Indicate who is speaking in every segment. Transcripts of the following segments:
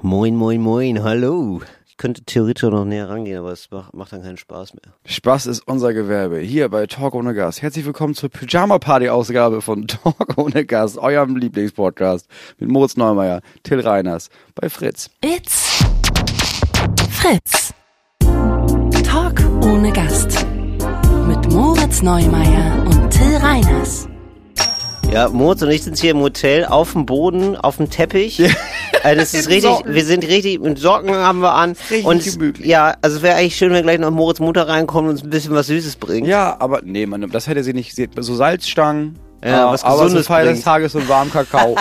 Speaker 1: Moin, moin, moin, hallo. Ich könnte theoretisch auch noch näher rangehen, aber es macht, macht dann keinen Spaß mehr.
Speaker 2: Spaß ist unser Gewerbe. Hier bei Talk ohne Gast. Herzlich willkommen zur Pyjama-Party-Ausgabe von Talk ohne Gast, eurem Lieblingspodcast mit Moritz Neumeier, Till Reiners, bei Fritz.
Speaker 3: It's Fritz. Talk ohne Gast. Mit Moritz Neumeier und Till Reiners.
Speaker 1: Ja, Moritz und ich sind hier im Hotel, auf dem Boden, auf dem Teppich. Also das ist
Speaker 2: In
Speaker 1: richtig,
Speaker 2: Socken.
Speaker 1: wir sind richtig, mit Socken haben wir an.
Speaker 2: Richtig
Speaker 1: und
Speaker 2: gemütlich.
Speaker 1: Ja, also es wäre eigentlich schön, wenn gleich noch Moritz Mutter reinkommt und uns ein bisschen was Süßes bringt.
Speaker 2: Ja, aber nee, man, das hätte sie nicht. Sie hat so Salzstangen, äh,
Speaker 1: Ja, was
Speaker 2: aber zum
Speaker 1: Gesundes
Speaker 2: Feier des
Speaker 1: bringt.
Speaker 2: Tages und warmen Kakao.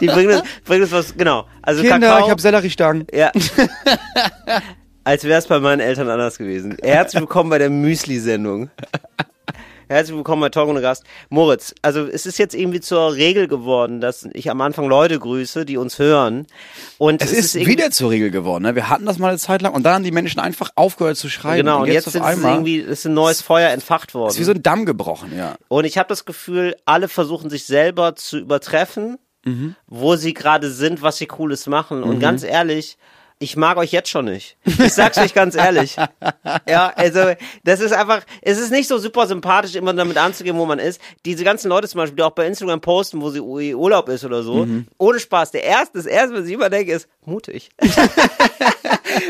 Speaker 1: Die bringt uns, bringt uns was, genau. Also
Speaker 2: Kinder,
Speaker 1: Kakao.
Speaker 2: ich habe Selleriestangen.
Speaker 1: Ja. Als wäre es bei meinen Eltern anders gewesen. Herzlich willkommen bei der Müsli-Sendung. Herzlich willkommen bei Talk ohne Gast. Moritz, also es ist jetzt irgendwie zur Regel geworden, dass ich am Anfang Leute grüße, die uns hören. Und
Speaker 2: Es ist
Speaker 1: irgendwie-
Speaker 2: wieder zur Regel geworden. Ne? Wir hatten das mal eine Zeit lang und dann haben die Menschen einfach aufgehört zu schreiben.
Speaker 1: Genau, und jetzt,
Speaker 2: auf
Speaker 1: ist es
Speaker 2: einmal
Speaker 1: irgendwie ist ein neues Feuer entfacht worden.
Speaker 2: ist wie so ein Damm gebrochen, ja.
Speaker 1: Und ich habe das Gefühl, alle versuchen sich selber zu übertreffen, wo sie gerade sind, was sie Cooles machen.
Speaker 2: Mhm.
Speaker 1: Und ganz ehrlich, ich mag euch jetzt schon nicht. Ich sag's euch ganz ehrlich. Ja, also das ist einfach, es ist nicht so super sympathisch, immer damit anzugehen, wo man ist. Diese ganzen Leute zum Beispiel, die auch bei Instagram posten, wo sie u- ihr Urlaub ist oder so,
Speaker 2: Mhm.
Speaker 1: ohne Spaß. Der erste, das erste, was ich immer denke, ist mutig.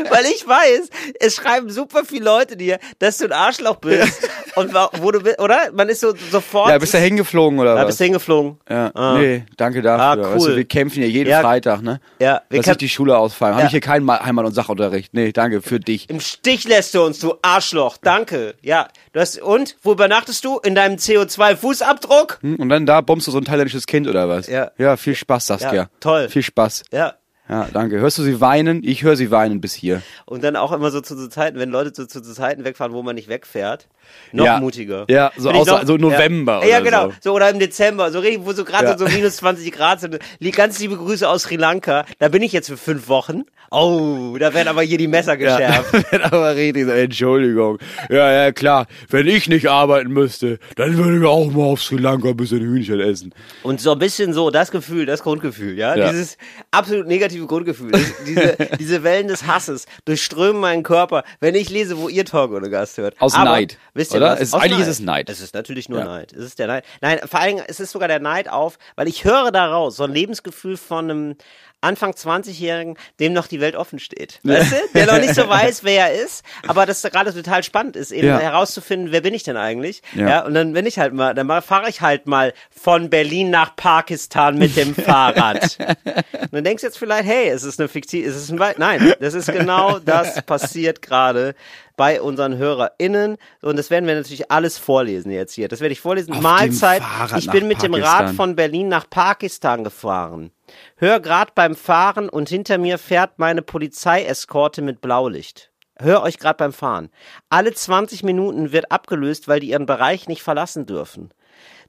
Speaker 1: Weil ich weiß, es schreiben super viele Leute dir, dass du ein Arschloch bist. Und wa- wo du bist, oder? Man ist so sofort.
Speaker 2: Ja, bist du hingeflogen oder
Speaker 1: Oh, da
Speaker 2: was?
Speaker 1: bist du hingeflogen.
Speaker 2: Ja,
Speaker 1: Ah.
Speaker 2: nee, danke dafür.
Speaker 1: Ah, cool.
Speaker 2: weißt du, wir kämpfen ja jeden
Speaker 1: Ja.
Speaker 2: Freitag, ne?
Speaker 1: Ja, wir
Speaker 2: Dass
Speaker 1: kämp-
Speaker 2: nicht die Schule ausfallen. Hab
Speaker 1: Ja.
Speaker 2: ich hier keinen Ma- Heimat- und Sachunterricht. Nee, danke für dich.
Speaker 1: Im Stich lässt du uns, du Arschloch. Danke. Ja. Du hast, und? Wo übernachtest du? In deinem CO2-Fußabdruck?
Speaker 2: Hm, Und dann da bombst du so ein thailändisches Kind oder was?
Speaker 1: Ja.
Speaker 2: Ja, viel Spaß, Saskia.
Speaker 1: Ja, toll.
Speaker 2: Viel Spaß.
Speaker 1: Ja.
Speaker 2: Ja, danke. Hörst du sie weinen? Ich höre sie weinen bis hier.
Speaker 1: Und dann auch immer so zu so Zeiten, wenn Leute so zu so Zeiten wegfahren, wo man nicht wegfährt. Noch
Speaker 2: Ja.
Speaker 1: mutiger.
Speaker 2: Ja, so
Speaker 1: Finde ich
Speaker 2: außer- so November
Speaker 1: Ja, ja
Speaker 2: oder
Speaker 1: genau.
Speaker 2: so.
Speaker 1: oder im Dezember. So richtig, wo so gerade
Speaker 2: Ja.
Speaker 1: so minus 20 Grad sind. Lie- Ganz liebe Grüße aus Sri Lanka. Da bin ich jetzt für fünf Wochen. Oh, da werden aber hier die Messer geschärft.
Speaker 2: Wenn aber richtig so, Entschuldigung. Ja, ja, klar. Wenn ich nicht arbeiten müsste, dann würde ich auch mal auf Sri Lanka ein bisschen Hühnchen essen.
Speaker 1: Und so ein bisschen so das Gefühl, das Grundgefühl, ja,
Speaker 2: Ja.
Speaker 1: dieses absolut negative Grundgefühl, das- diese, diese Wellen des Hasses durchströmen meinen Körper, wenn ich lese, wo ihr Talk ohne Gast hört.
Speaker 2: Aus
Speaker 1: Aber,
Speaker 2: Neid,
Speaker 1: wisst ihr
Speaker 2: oder?
Speaker 1: Was?
Speaker 2: Es ist-
Speaker 1: Aus
Speaker 2: eigentlich ist es Neid.
Speaker 1: Es ist natürlich nur
Speaker 2: Ja.
Speaker 1: Neid. Es ist der Neid. Nein, vor allem es ist sogar der Neid auf, weil ich höre daraus so ein Lebensgefühl von einem Anfang 20-Jährigen, dem noch die Welt offen steht. Weißt du? Der noch nicht so weiß, wer er ist, aber das gerade total spannend ist, eben
Speaker 2: Ja.
Speaker 1: herauszufinden, wer bin ich denn eigentlich?
Speaker 2: Ja.
Speaker 1: ja und dann bin ich halt mal, dann fahre ich halt mal von Berlin nach Pakistan mit dem Fahrrad. Und dann denkst du jetzt vielleicht, hey, es ist eine Fiktiv, es ist ein Wald. Nein, das ist genau das passiert gerade bei unseren HörerInnen. Und das werden wir natürlich alles vorlesen jetzt hier. Das werde ich vorlesen.
Speaker 2: Auf dem
Speaker 1: Mahlzeit.
Speaker 2: Fahrrad
Speaker 1: Ich bin
Speaker 2: nach
Speaker 1: mit dem Rad
Speaker 2: Pakistan.
Speaker 1: von Berlin nach Pakistan gefahren. Hör grad beim Fahren und hinter mir fährt meine Polizeieskorte mit Blaulicht. Hör euch grad beim Fahren. Alle 20 Minuten wird abgelöst, weil die ihren Bereich nicht verlassen dürfen.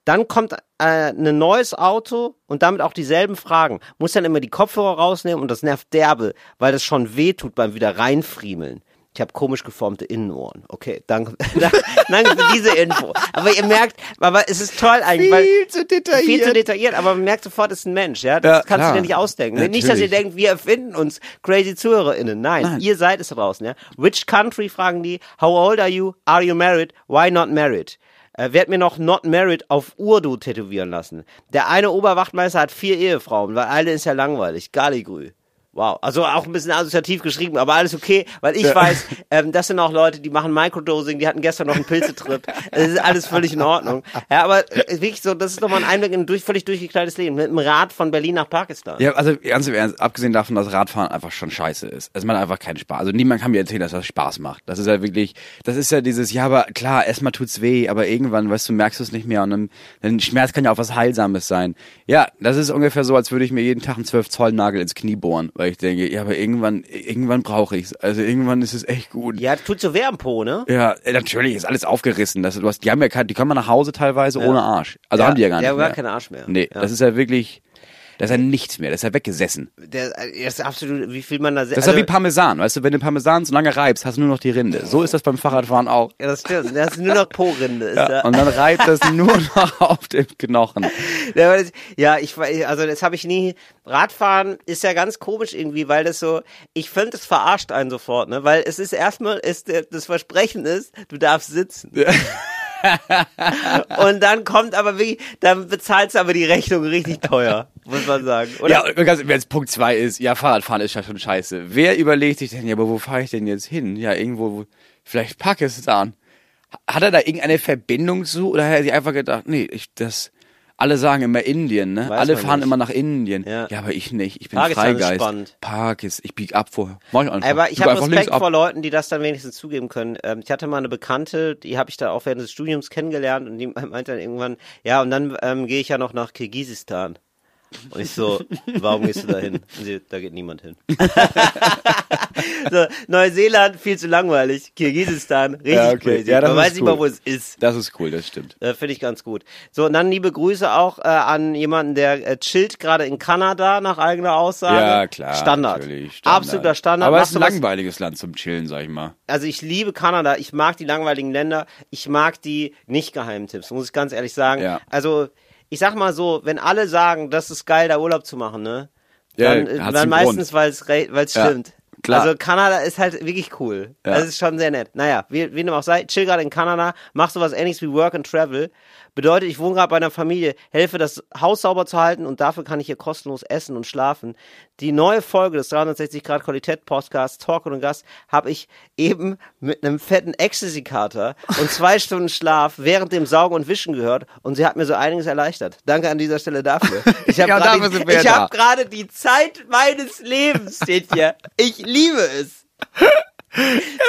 Speaker 1: Dann kommt äh, ein neues Auto und damit auch dieselben Fragen. Muss dann immer die Kopfhörer rausnehmen und das nervt derbe, weil das schon weh tut beim wieder reinfriemeln. Ich habe komisch geformte Innenohren. Okay, danke, danke für diese Info. Aber ihr merkt, aber es ist toll eigentlich, weil
Speaker 2: Viel zu detailliert.
Speaker 1: viel zu detailliert, aber man merkt sofort, es ist ein Mensch, ja? Das
Speaker 2: Ja,
Speaker 1: kannst
Speaker 2: klar.
Speaker 1: du dir nicht ausdenken.
Speaker 2: Natürlich.
Speaker 1: Nicht, dass ihr denkt, wir erfinden uns crazy ZuhörerInnen. Nein,
Speaker 2: Nein.
Speaker 1: ihr seid es da draußen, ja? Which country, fragen die. How old are you? Are you married? Why not married? Äh, werd mir noch Not Married auf Urdu tätowieren lassen. Der eine Oberwachtmeister hat vier Ehefrauen, weil eine ist ja langweilig. Galigrü. Wow, also auch ein bisschen assoziativ geschrieben, aber alles okay, weil ich weiß, ähm, das sind auch Leute, die machen Microdosing, die hatten gestern noch einen Pilzetrip. Es ist alles völlig in Ordnung. Ja, aber äh, wirklich so, das ist nochmal ein Einblick in ein durch, völlig durchgeknalltes Leben. Mit dem Rad von Berlin nach Pakistan.
Speaker 2: Ja, also ganz im Ernst, abgesehen davon, dass Radfahren einfach schon scheiße ist. Es macht einfach keinen Spaß. Also niemand kann mir erzählen, dass das Spaß macht. Das ist ja wirklich, das ist ja dieses, ja, aber klar, erstmal tut's weh, aber irgendwann, weißt du, merkst du es nicht mehr und dann, dann Schmerz kann ja auch was Heilsames sein. Ja, das ist ungefähr so, als würde ich mir jeden Tag einen 12-Zoll-Nagel ins Knie bohren, weil ich denke, ja, aber irgendwann, irgendwann brauche ich's. Also irgendwann ist es echt gut.
Speaker 1: Ja, tut so weh am Po, ne?
Speaker 2: Ja, ey, natürlich ist alles aufgerissen. Das, du hast, die haben ja kein, die kommen nach Hause teilweise ohne Arsch. Also
Speaker 1: Ja,
Speaker 2: haben die ja gar
Speaker 1: die
Speaker 2: nicht.
Speaker 1: haben gar
Speaker 2: mehr.
Speaker 1: keinen Arsch mehr.
Speaker 2: Nee,
Speaker 1: Ja.
Speaker 2: das ist ja wirklich. Da ist ja nichts mehr, das ist ja weggesessen.
Speaker 1: Der, äh, das ist absolut, wie viel man da also,
Speaker 2: Das ist ja wie Parmesan, weißt du, wenn du Parmesan so lange reibst, hast du nur noch die Rinde. So ist das beim Fahrradfahren auch.
Speaker 1: ja, das stimmt. Das ist nur noch Po-Rinde. Ist
Speaker 2: Ja,
Speaker 1: da.
Speaker 2: und dann reibt das nur noch auf dem Knochen.
Speaker 1: Ja, aber das, ja, ich wei- also das habe ich nie. Radfahren ist ja ganz komisch irgendwie, weil das so, ich finde, es verarscht einen sofort, ne? Weil es ist erstmal, ist der- das Versprechen ist, du darfst sitzen. Und dann kommt aber wirklich, dann bezahlst du aber die Rechnung richtig teuer, muss man sagen. Oder?
Speaker 2: Ja, und ganz- wenn es Punkt zwei ist, ja, Fahrradfahren ist ja schon scheiße. Wer überlegt sich denn, ja, aber wo fahre ich denn jetzt hin? Ja, irgendwo, wo, vielleicht Pakistan. Hat er da irgendeine Verbindung zu oder hat er sich einfach gedacht, nee, ich, das, alle sagen immer Indien, ne?
Speaker 1: Weiß
Speaker 2: alle
Speaker 1: man
Speaker 2: fahren
Speaker 1: nicht.
Speaker 2: immer nach Indien.
Speaker 1: Ja.
Speaker 2: Ja. aber ich nicht. Ich bin
Speaker 1: Pakistan ist
Speaker 2: Freigeist.
Speaker 1: spannend.
Speaker 2: Pakistan, ich bieg ab vorher. Mach ich einfach.
Speaker 1: Aber ich
Speaker 2: Bieg
Speaker 1: habe
Speaker 2: einfach
Speaker 1: Respekt
Speaker 2: links ab.
Speaker 1: vor Leuten, die das dann wenigstens zugeben können. Ähm, ich hatte mal eine Bekannte, die habe ich da auch während des Studiums kennengelernt und die meinte dann irgendwann, ja, und dann ähm, gehe ich ja noch nach Kirgisistan. Und ich so, warum gehst du da hin? Und sie, da geht niemand hin. so, Neuseeland, viel zu langweilig. Kirgisistan, richtig
Speaker 2: Ja, okay.
Speaker 1: crazy.
Speaker 2: Ja, das
Speaker 1: Man
Speaker 2: ist
Speaker 1: weiß nicht mal,
Speaker 2: cool.
Speaker 1: wo es ist.
Speaker 2: Das ist cool, das stimmt.
Speaker 1: Äh, Finde ich ganz gut. So, und dann liebe Grüße auch äh, an jemanden, der äh, chillt gerade in Kanada, nach eigener Aussage.
Speaker 2: Ja, klar.
Speaker 1: Standard.
Speaker 2: Natürlich,
Speaker 1: Absoluter Standard.
Speaker 2: Aber es
Speaker 1: Machst
Speaker 2: ist ein
Speaker 1: du was-
Speaker 2: langweiliges Land zum Chillen, sag ich mal.
Speaker 1: also ich liebe Kanada, ich mag die langweiligen Länder, ich mag die Nicht-Geheimtipps, muss ich ganz ehrlich sagen.
Speaker 2: Ja.
Speaker 1: Also, ich sag mal so, wenn alle sagen, das ist geil, da Urlaub zu machen, ne?
Speaker 2: Ja,
Speaker 1: Dann,
Speaker 2: hat's
Speaker 1: dann
Speaker 2: einen
Speaker 1: meistens, weil es weil's
Speaker 2: Ja,
Speaker 1: stimmt.
Speaker 2: klar.
Speaker 1: Also Kanada ist halt wirklich cool.
Speaker 2: Ja.
Speaker 1: Das ist schon sehr nett. Naja, wie, wie dem auch sei, chill gerade in Kanada, mach sowas ähnliches wie Work and Travel. Bedeutet, ich wohne gerade bei einer Familie, helfe das Haus sauber zu halten und dafür kann ich hier kostenlos essen und schlafen. Die neue Folge des 360 Grad Qualität Podcasts Talk und Gast habe ich eben mit einem fetten Ecstasy-Kater und zwei Stunden Schlaf während dem Saugen und Wischen gehört und sie hat mir so einiges erleichtert. Danke an dieser Stelle dafür. Ich habe
Speaker 2: Ja, dafür
Speaker 1: gerade
Speaker 2: sind
Speaker 1: die,
Speaker 2: wir
Speaker 1: ich
Speaker 2: ja
Speaker 1: hab
Speaker 2: da.
Speaker 1: gerade die Zeit meines Lebens steht hier. Ich liebe es.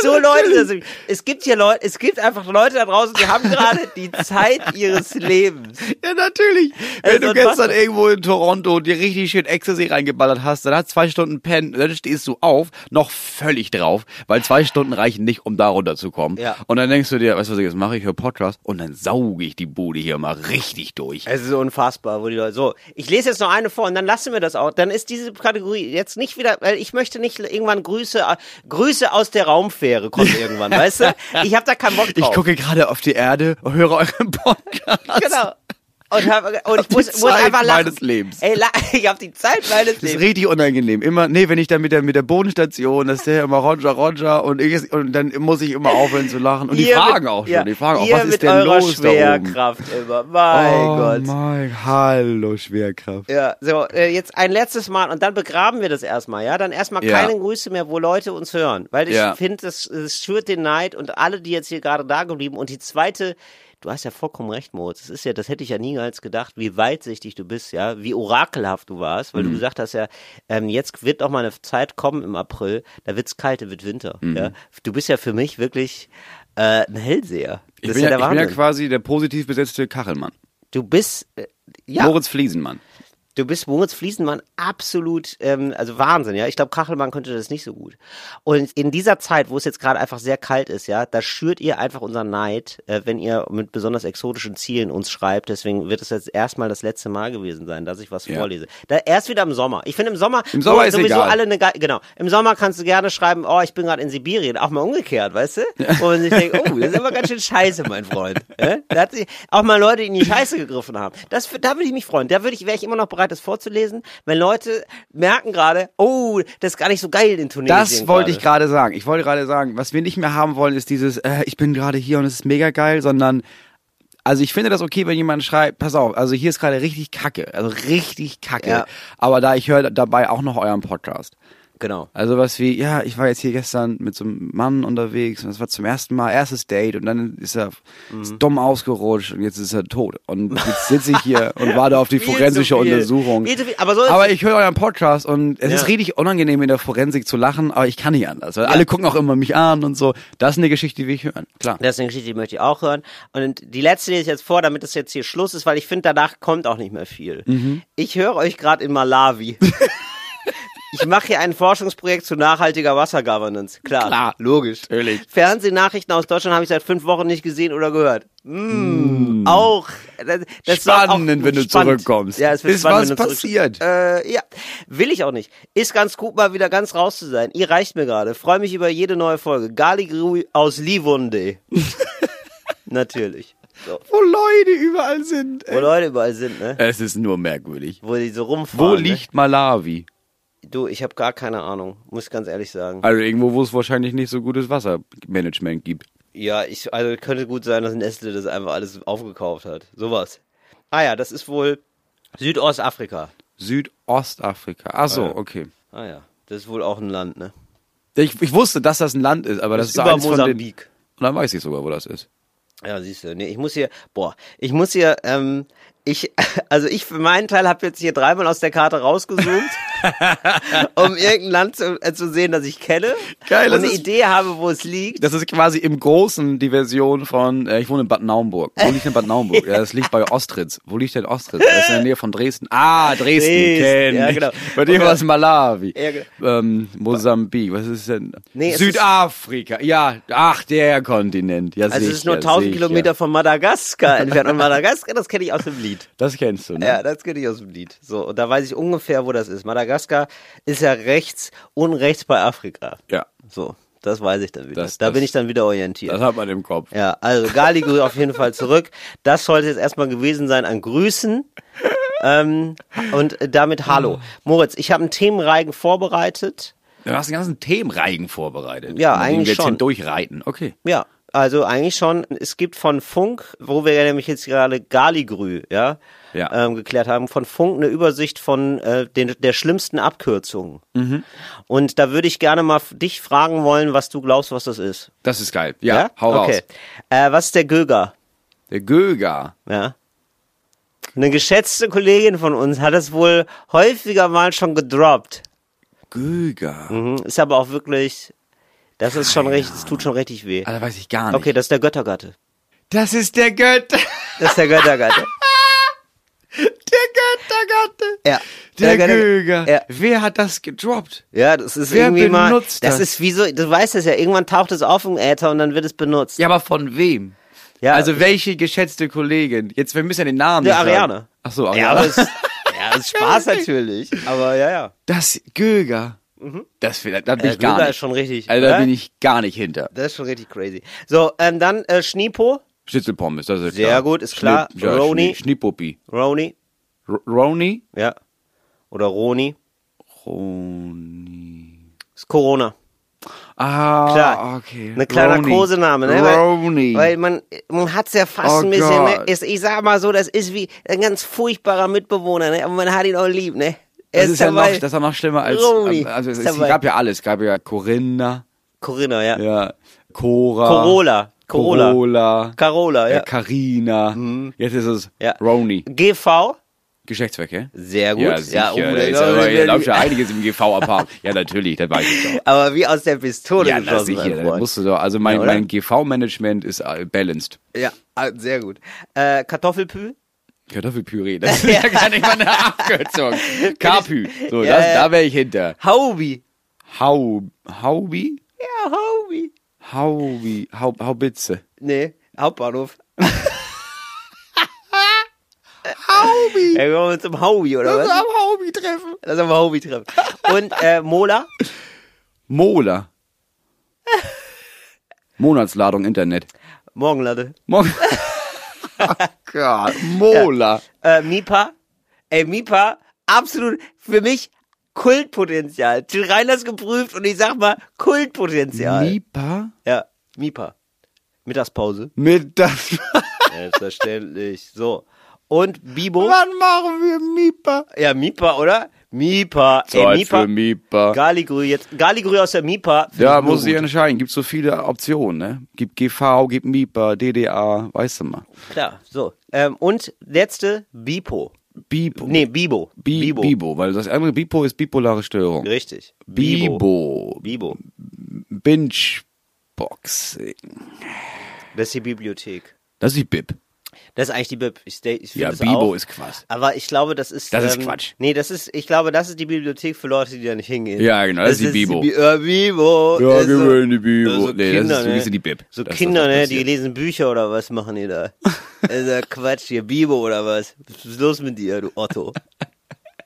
Speaker 1: So Leute, das, es gibt hier Leute, es gibt einfach Leute da draußen, die haben gerade die Zeit ihres Lebens.
Speaker 2: Ja, natürlich.
Speaker 1: Es
Speaker 2: Wenn
Speaker 1: ist
Speaker 2: du
Speaker 1: unfassbar.
Speaker 2: gestern irgendwo in Toronto dir richtig schön Ecstasy reingeballert hast, dann hast du zwei Stunden pennen, dann stehst du auf, noch völlig drauf, weil zwei Stunden reichen nicht, um da runterzukommen.
Speaker 1: Ja.
Speaker 2: Und dann denkst du dir, weißt du, was ich jetzt mache? Ich höre Podcast und dann sauge ich die Bude hier mal richtig durch.
Speaker 1: Es ist unfassbar, wo die Leute. So, ich lese jetzt noch eine vor und dann lassen wir das auch. Dann ist diese Kategorie jetzt nicht wieder, weil ich möchte nicht irgendwann Grüße, äh, Grüße aus der Raumfähre kommt irgendwann, weißt du? Ich habe da keinen Bock drauf.
Speaker 2: Ich gucke gerade auf die Erde und höre euren Podcast.
Speaker 1: genau. Und, hab, und ich
Speaker 2: Die
Speaker 1: muss, muss
Speaker 2: Zeit
Speaker 1: einfach lachen.
Speaker 2: meines Lebens.
Speaker 1: Ey, la ich habe die Zeit meines
Speaker 2: Das ist
Speaker 1: Lebens.
Speaker 2: richtig unangenehm. Immer, nee, wenn ich dann mit der, mit der Bodenstation, das ist ja immer Roger, Roger und ich, und dann muss ich immer aufhören zu lachen. Und die
Speaker 1: Ihr
Speaker 2: fragen
Speaker 1: mit-
Speaker 2: auch schon,
Speaker 1: ja,
Speaker 2: die fragen auch,
Speaker 1: ihr
Speaker 2: was
Speaker 1: mit
Speaker 2: ist denn
Speaker 1: eurer
Speaker 2: los da oben?
Speaker 1: Schwerkraft immer. Mein
Speaker 2: oh
Speaker 1: Gott.
Speaker 2: Mein, hallo Schwerkraft.
Speaker 1: Ja, so, äh, jetzt ein letztes Mal und dann begraben wir das erstmal, ja? Dann erstmal
Speaker 2: Ja.
Speaker 1: keine Grüße mehr, wo Leute uns hören. Weil ich
Speaker 2: Ja.
Speaker 1: finde, das, das schürt den Neid und alle, die jetzt hier gerade da geblieben und die zweite, du hast ja vollkommen recht, Moritz. Das ist ja, das hätte ich ja niemals gedacht, wie weitsichtig du bist, ja? Wie orakelhaft du warst,
Speaker 2: Mhm.
Speaker 1: weil du gesagt hast ja, ähm, jetzt wird auch mal eine Zeit kommen im April, da wird's kalt, da wird Winter,
Speaker 2: Mhm.
Speaker 1: ja? Du bist ja für mich wirklich äh, ein Hellseher.
Speaker 2: Ich
Speaker 1: Das ist
Speaker 2: bin, ja,
Speaker 1: ja der
Speaker 2: ich bin ja
Speaker 1: Wahnsinn.
Speaker 2: quasi der positiv besetzte Kachelmann.
Speaker 1: Du bist, äh, ja.
Speaker 2: Moritz Fliesenmann.
Speaker 1: Du bist Moritz Fliesenmann absolut, ähm, also Wahnsinn, ja. Ich glaube, Kachelmann könnte das nicht so gut. Und in dieser Zeit, wo es jetzt gerade einfach sehr kalt ist, ja, da schürt ihr einfach unseren Neid, äh, wenn ihr mit besonders exotischen Zielen uns schreibt. Deswegen wird es jetzt erstmal das letzte Mal gewesen sein, dass ich was
Speaker 2: Ja.
Speaker 1: vorlese. Da, erst wieder im Sommer. Ich finde im Sommer,
Speaker 2: Im Sommer
Speaker 1: wo
Speaker 2: ist
Speaker 1: sowieso
Speaker 2: egal.
Speaker 1: alle eine geil- genau. Im Sommer kannst du gerne schreiben, oh, ich bin gerade in Sibirien. Auch mal umgekehrt, weißt du? Wo man sich denkt, oh, das ist aber ganz schön scheiße, mein Freund. Äh? Da hat sich auch mal Leute in die Scheiße gegriffen haben. Das, da würde ich mich freuen. Da würde ich, wäre ich immer noch bereit, das vorzulesen, wenn Leute merken gerade, oh, das ist gar nicht so geil in Tunesien.
Speaker 2: Das wollte ich gerade sagen. Ich wollte gerade sagen, was wir nicht mehr haben wollen, ist dieses, äh, ich bin gerade hier und es ist mega geil, sondern, also ich finde das okay, wenn jemand schreibt, pass auf, also hier ist gerade richtig kacke, also richtig kacke.
Speaker 1: Ja.
Speaker 2: Aber da ich höre dabei auch noch euren Podcast.
Speaker 1: Genau.
Speaker 2: Also was wie, ja, ich war jetzt hier gestern mit so einem Mann unterwegs und das war zum ersten Mal, erstes Date und dann ist er ist
Speaker 1: Mhm.
Speaker 2: dumm ausgerutscht und jetzt ist er tot. Und jetzt sitze ich hier und warte auf die
Speaker 1: Viel zu
Speaker 2: forensische
Speaker 1: viel.
Speaker 2: Untersuchung.
Speaker 1: Viel zu viel. Aber so ist
Speaker 2: Aber ich höre euren Podcast und es
Speaker 1: Ja.
Speaker 2: ist richtig unangenehm in der Forensik zu lachen, aber ich kann nicht anders. Weil alle gucken auch immer mich an und so. Das ist eine Geschichte, die will ich hören. Klar.
Speaker 1: Das ist eine Geschichte, die möchte ich auch hören. Und die letzte lese ich jetzt vor, damit das jetzt hier Schluss ist, weil
Speaker 2: Mhm.
Speaker 1: ich finde, danach kommt auch nicht mehr viel. Ich höre euch gerade in Malawi. Ich mache hier ein Forschungsprojekt zu nachhaltiger Wassergovernance. Klar.
Speaker 2: Klar, logisch. Natürlich.
Speaker 1: Fernsehnachrichten aus Deutschland habe ich seit fünf Wochen nicht gesehen oder gehört. Mm, Auch. Das, das war
Speaker 2: Hm. Spannend, wenn du zurückkommst.
Speaker 1: Ja, es wird
Speaker 2: Ist
Speaker 1: spannend,
Speaker 2: was
Speaker 1: wenn du zurück-
Speaker 2: passiert?
Speaker 1: Äh, ja, will ich auch nicht. Ist ganz gut, mal wieder ganz raus zu sein. Ihr reicht mir gerade. Freue mich über jede neue Folge. Galigrui aus Livunde. Natürlich. So.
Speaker 2: Wo Leute überall sind.
Speaker 1: Wo Leute überall sind, ne?
Speaker 2: Es ist nur merkwürdig.
Speaker 1: Wo die so rumfahren.
Speaker 2: Äh. Wo
Speaker 1: ne?
Speaker 2: liegt Malawi?
Speaker 1: Du, ich habe gar keine Ahnung, muss ich ganz ehrlich sagen.
Speaker 2: Also irgendwo, wo es wahrscheinlich nicht so gutes Wassermanagement gibt.
Speaker 1: Ja, ich, also könnte gut sein, dass Nestle das einfach alles aufgekauft hat. Sowas. Ah ja, das ist wohl Südostafrika.
Speaker 2: Südostafrika. Ach so,
Speaker 1: Ah, ja.
Speaker 2: okay.
Speaker 1: Ah ja, das ist wohl auch ein Land, ne?
Speaker 2: Ich, ich wusste, dass das ein Land ist, aber das,
Speaker 1: Das
Speaker 2: ist
Speaker 1: ist über
Speaker 2: eins von den... Und
Speaker 1: Mosambik.
Speaker 2: dann weiß ich sogar, wo das ist.
Speaker 1: Ja, siehst du. Nee, ich muss hier, boah, ich muss hier, ähm, ich, also ich für meinen Teil habe jetzt hier dreimal aus der Karte rausgezoomt, um irgendein Land zu, äh, zu sehen, das ich kenne.
Speaker 2: Geil,
Speaker 1: und
Speaker 2: das
Speaker 1: eine
Speaker 2: ist-
Speaker 1: Idee habe, wo es liegt.
Speaker 2: Das ist quasi im Großen die Version von, äh, ich wohne in Bad Naumburg. Wo liegt denn Bad Naumburg? ja, das liegt bei Ostritz. Wo liegt denn Ostritz? Das ist in der Nähe von Dresden. Ah, Dresden,
Speaker 1: Dresden,
Speaker 2: kenn
Speaker 1: ja,
Speaker 2: ich.
Speaker 1: genau.
Speaker 2: Bei dem
Speaker 1: Okay.
Speaker 2: war es Malawi.
Speaker 1: Ja, genau.
Speaker 2: ähm, Mosambik, was ist denn?
Speaker 1: Nee, es ist-
Speaker 2: Südafrika, ja, ach, der Kontinent. Ja,
Speaker 1: also
Speaker 2: sicher,
Speaker 1: es ist nur 1000
Speaker 2: sicher.
Speaker 1: Kilometer von Madagaskar entfernt. Und Madagaskar, das kenne ich aus dem Lied.
Speaker 2: Das kennst du, ne?
Speaker 1: Ja, das kenne ich aus dem Lied. So, und da weiß ich ungefähr, wo das ist. Madagaskar ist ja rechts und rechts bei Afrika.
Speaker 2: Ja.
Speaker 1: So, das weiß ich dann wieder.
Speaker 2: Das-
Speaker 1: da
Speaker 2: das-
Speaker 1: bin ich dann wieder orientiert.
Speaker 2: Das hat man im Kopf.
Speaker 1: ja, also Galigrü auf jeden Fall zurück. Das sollte jetzt erstmal gewesen sein an Grüßen. Ähm, und äh, damit
Speaker 2: Ah.
Speaker 1: Hallo. Moritz, ich habe einen Themenreigen vorbereitet.
Speaker 2: Du hast den ganzen Themenreigen vorbereitet.
Speaker 1: Ja,
Speaker 2: mit dem
Speaker 1: eigentlich
Speaker 2: wir jetzt
Speaker 1: schon.
Speaker 2: hindurchreiten. Okay.
Speaker 1: Ja, also eigentlich schon. Es gibt von Funk, wo wir ja nämlich jetzt gerade Galigrü, ja,
Speaker 2: Ja.
Speaker 1: Ähm, geklärt haben, von Funk eine Übersicht von äh, den, der schlimmsten Abkürzungen.
Speaker 2: Mhm.
Speaker 1: Und da würde ich gerne mal f- dich fragen wollen, was du glaubst, was das ist.
Speaker 2: Das ist geil. Ja, hau raus.
Speaker 1: Äh, was ist der Göger?
Speaker 2: Der Göger.
Speaker 1: Ja. Eine geschätzte Kollegin von uns hat es wohl häufiger mal schon gedroppt.
Speaker 2: Göger.
Speaker 1: Mhm. Ist aber auch wirklich, das ist schon richtig, es tut schon richtig weh.
Speaker 2: Ah, da weiß ich gar nicht.
Speaker 1: Okay, das ist der Göttergatte.
Speaker 2: Das ist der Götter.
Speaker 1: Das ist der Göttergatte.
Speaker 2: Der Göttergatte.
Speaker 1: Ja.
Speaker 2: Der,
Speaker 1: Götter-
Speaker 2: Göger.
Speaker 1: Ja.
Speaker 2: Wer hat das gedroppt?
Speaker 1: Ja, das ist
Speaker 2: Wer
Speaker 1: irgendwie mal.
Speaker 2: benutzt
Speaker 1: das
Speaker 2: das?
Speaker 1: ist wie so, du weißt es ja, irgendwann taucht es auf im Äther und dann wird es benutzt.
Speaker 2: Ja, aber von wem?
Speaker 1: Ja.
Speaker 2: Also welche geschätzte Kollegin? Jetzt, wir müssen ja den Namen
Speaker 1: Der
Speaker 2: nicht sagen.
Speaker 1: Ariane.
Speaker 2: Ach so,
Speaker 1: ja,
Speaker 2: Ariane.
Speaker 1: aber es, ja, es ist Spaß natürlich. Aber ja, ja.
Speaker 2: das Göger. Das will, da bin
Speaker 1: Der
Speaker 2: ich gar
Speaker 1: Mhm. Göger
Speaker 2: nicht.
Speaker 1: ist schon richtig.
Speaker 2: also, da
Speaker 1: oder?
Speaker 2: bin ich gar nicht hinter.
Speaker 1: das ist schon richtig crazy. So, ähm, dann äh, Schniepo,
Speaker 2: Schnitzelpommes, das ist
Speaker 1: Sehr
Speaker 2: klar.
Speaker 1: gut, ist klar.
Speaker 2: Schnipp- ja,
Speaker 1: Roni.
Speaker 2: Schnie- Schnippuppi.
Speaker 1: Roni,
Speaker 2: R- Roni?
Speaker 1: ja. Oder Roni.
Speaker 2: Roni.
Speaker 1: Ist Corona.
Speaker 2: Ah,
Speaker 1: Klar.
Speaker 2: okay.
Speaker 1: Eine kleiner
Speaker 2: Roni.
Speaker 1: Kosename, ne? Weil-
Speaker 2: Roni.
Speaker 1: Weil man, man hat's ja fast
Speaker 2: Oh
Speaker 1: ein bisschen, ne?
Speaker 2: Gott.
Speaker 1: ist, ich sag mal so, das ist wie ein ganz furchtbarer Mitbewohner, ne? Aber man hat ihn auch lieb, ne? Er
Speaker 2: das ist, ja noch,
Speaker 1: dabei-
Speaker 2: das ist ja noch schlimmer als.
Speaker 1: Roni.
Speaker 2: Also, es,
Speaker 1: Ist
Speaker 2: es
Speaker 1: dabei.
Speaker 2: gab ja alles. Es gab ja Corinna,
Speaker 1: Corinna, ja.
Speaker 2: ja, Cora.
Speaker 1: Corolla. Corolla.
Speaker 2: Corolla.
Speaker 1: Carola, ja. Mhm.
Speaker 2: ja, Carina. Jetzt ist es
Speaker 1: Ja.
Speaker 2: Roni.
Speaker 1: GV,
Speaker 2: Geschäftszwecke.
Speaker 1: sehr gut.
Speaker 2: Ja, sicher.
Speaker 1: oh,
Speaker 2: Ja, da
Speaker 1: der-
Speaker 2: ist aber, da läuft ja einiges im GV ab. Ja, natürlich, das weiß ich doch.
Speaker 1: Aber wie aus der Pistole
Speaker 2: Ja, das
Speaker 1: geschossen,
Speaker 2: sicher.
Speaker 1: mein
Speaker 2: Da
Speaker 1: Freund.
Speaker 2: musst du doch. Also mein,
Speaker 1: Ja, oder?
Speaker 2: mein GV-Management ist äh, balanced.
Speaker 1: Ja, ah, sehr gut. Äh, Kartoffelpü?
Speaker 2: Kartoffelpüree, das ist ja gar nicht mal eine Abkürzung. Kapü. So,
Speaker 1: Ja,
Speaker 2: das,
Speaker 1: ja.
Speaker 2: da wäre ich hinter.
Speaker 1: Haubi.
Speaker 2: Hau, Haubi?
Speaker 1: Ja, Haubi.
Speaker 2: Haubi, Hau, Haubitze.
Speaker 1: Nee, Hauptbahnhof. Haubi. Ja, wir wollen uns zum Haubi, oder was?
Speaker 2: Äh, also Haubi treffen.
Speaker 1: Lass uns mal Haubi treffen. Und äh, Mola?
Speaker 2: Mola. Monatsladung Internet.
Speaker 1: Morgenlatte.
Speaker 2: Mo Gott, Mola.
Speaker 1: Äh, Mipa? Ey, Mipa, absolut für mich Kultpotenzial. Till Reiners geprüft und ich sag mal Kultpotenzial.
Speaker 2: Mipa?
Speaker 1: Ja, Mipa. Mittagspause.
Speaker 2: Mit das.
Speaker 1: Selbstverständlich. So. Und Bibo.
Speaker 2: Wann machen wir Mipa?
Speaker 1: Ja, Mipa, oder? Mipa. Ey,
Speaker 2: Zeit
Speaker 1: Mipa.
Speaker 2: für Mipa.
Speaker 1: Galigrü jetzt. Galigrü aus der Mipa. Find
Speaker 2: Ja,
Speaker 1: ich nur
Speaker 2: muss ich
Speaker 1: gut.
Speaker 2: entscheiden. Gibt so viele Optionen, ne? Gibt GV, gibt Mipa, DDA, weißt du mal.
Speaker 1: Klar, so. Ähm, und letzte, Bipo.
Speaker 2: Bipo.
Speaker 1: Nee, Bibo.
Speaker 2: Bi Bibo. weil das andere Bipo ist bipolare Störung.
Speaker 1: Richtig.
Speaker 2: Bibo.
Speaker 1: Bibo.
Speaker 2: Binge Boxing.
Speaker 1: Das ist die Bibliothek.
Speaker 2: Das ist die Bib.
Speaker 1: Das ist eigentlich die Bib. Ich, stay- ich find
Speaker 2: Ja,
Speaker 1: das
Speaker 2: Bibo
Speaker 1: auch.
Speaker 2: ist Quatsch.
Speaker 1: Aber ich glaube, das ist. ähm,
Speaker 2: Das ist Quatsch.
Speaker 1: Nee, das ist, ich glaube, das ist die Bibliothek für Leute, die da nicht hingehen.
Speaker 2: Ja, genau, das ist die Bibo.
Speaker 1: Bi äh, Bibo.
Speaker 2: Ja,
Speaker 1: ist
Speaker 2: gehen
Speaker 1: so-
Speaker 2: wir in die Bibo.
Speaker 1: Ja, so
Speaker 2: Nee, das
Speaker 1: Kinder,
Speaker 2: ist-
Speaker 1: ne?
Speaker 2: das ist die Bib.
Speaker 1: So
Speaker 2: Das ist
Speaker 1: Kinder,
Speaker 2: das, was
Speaker 1: ne, die
Speaker 2: passiert.
Speaker 1: lesen Bücher oder was machen die da? Also Quatsch, hier Bibo oder was? Was ist los mit dir, du Otto?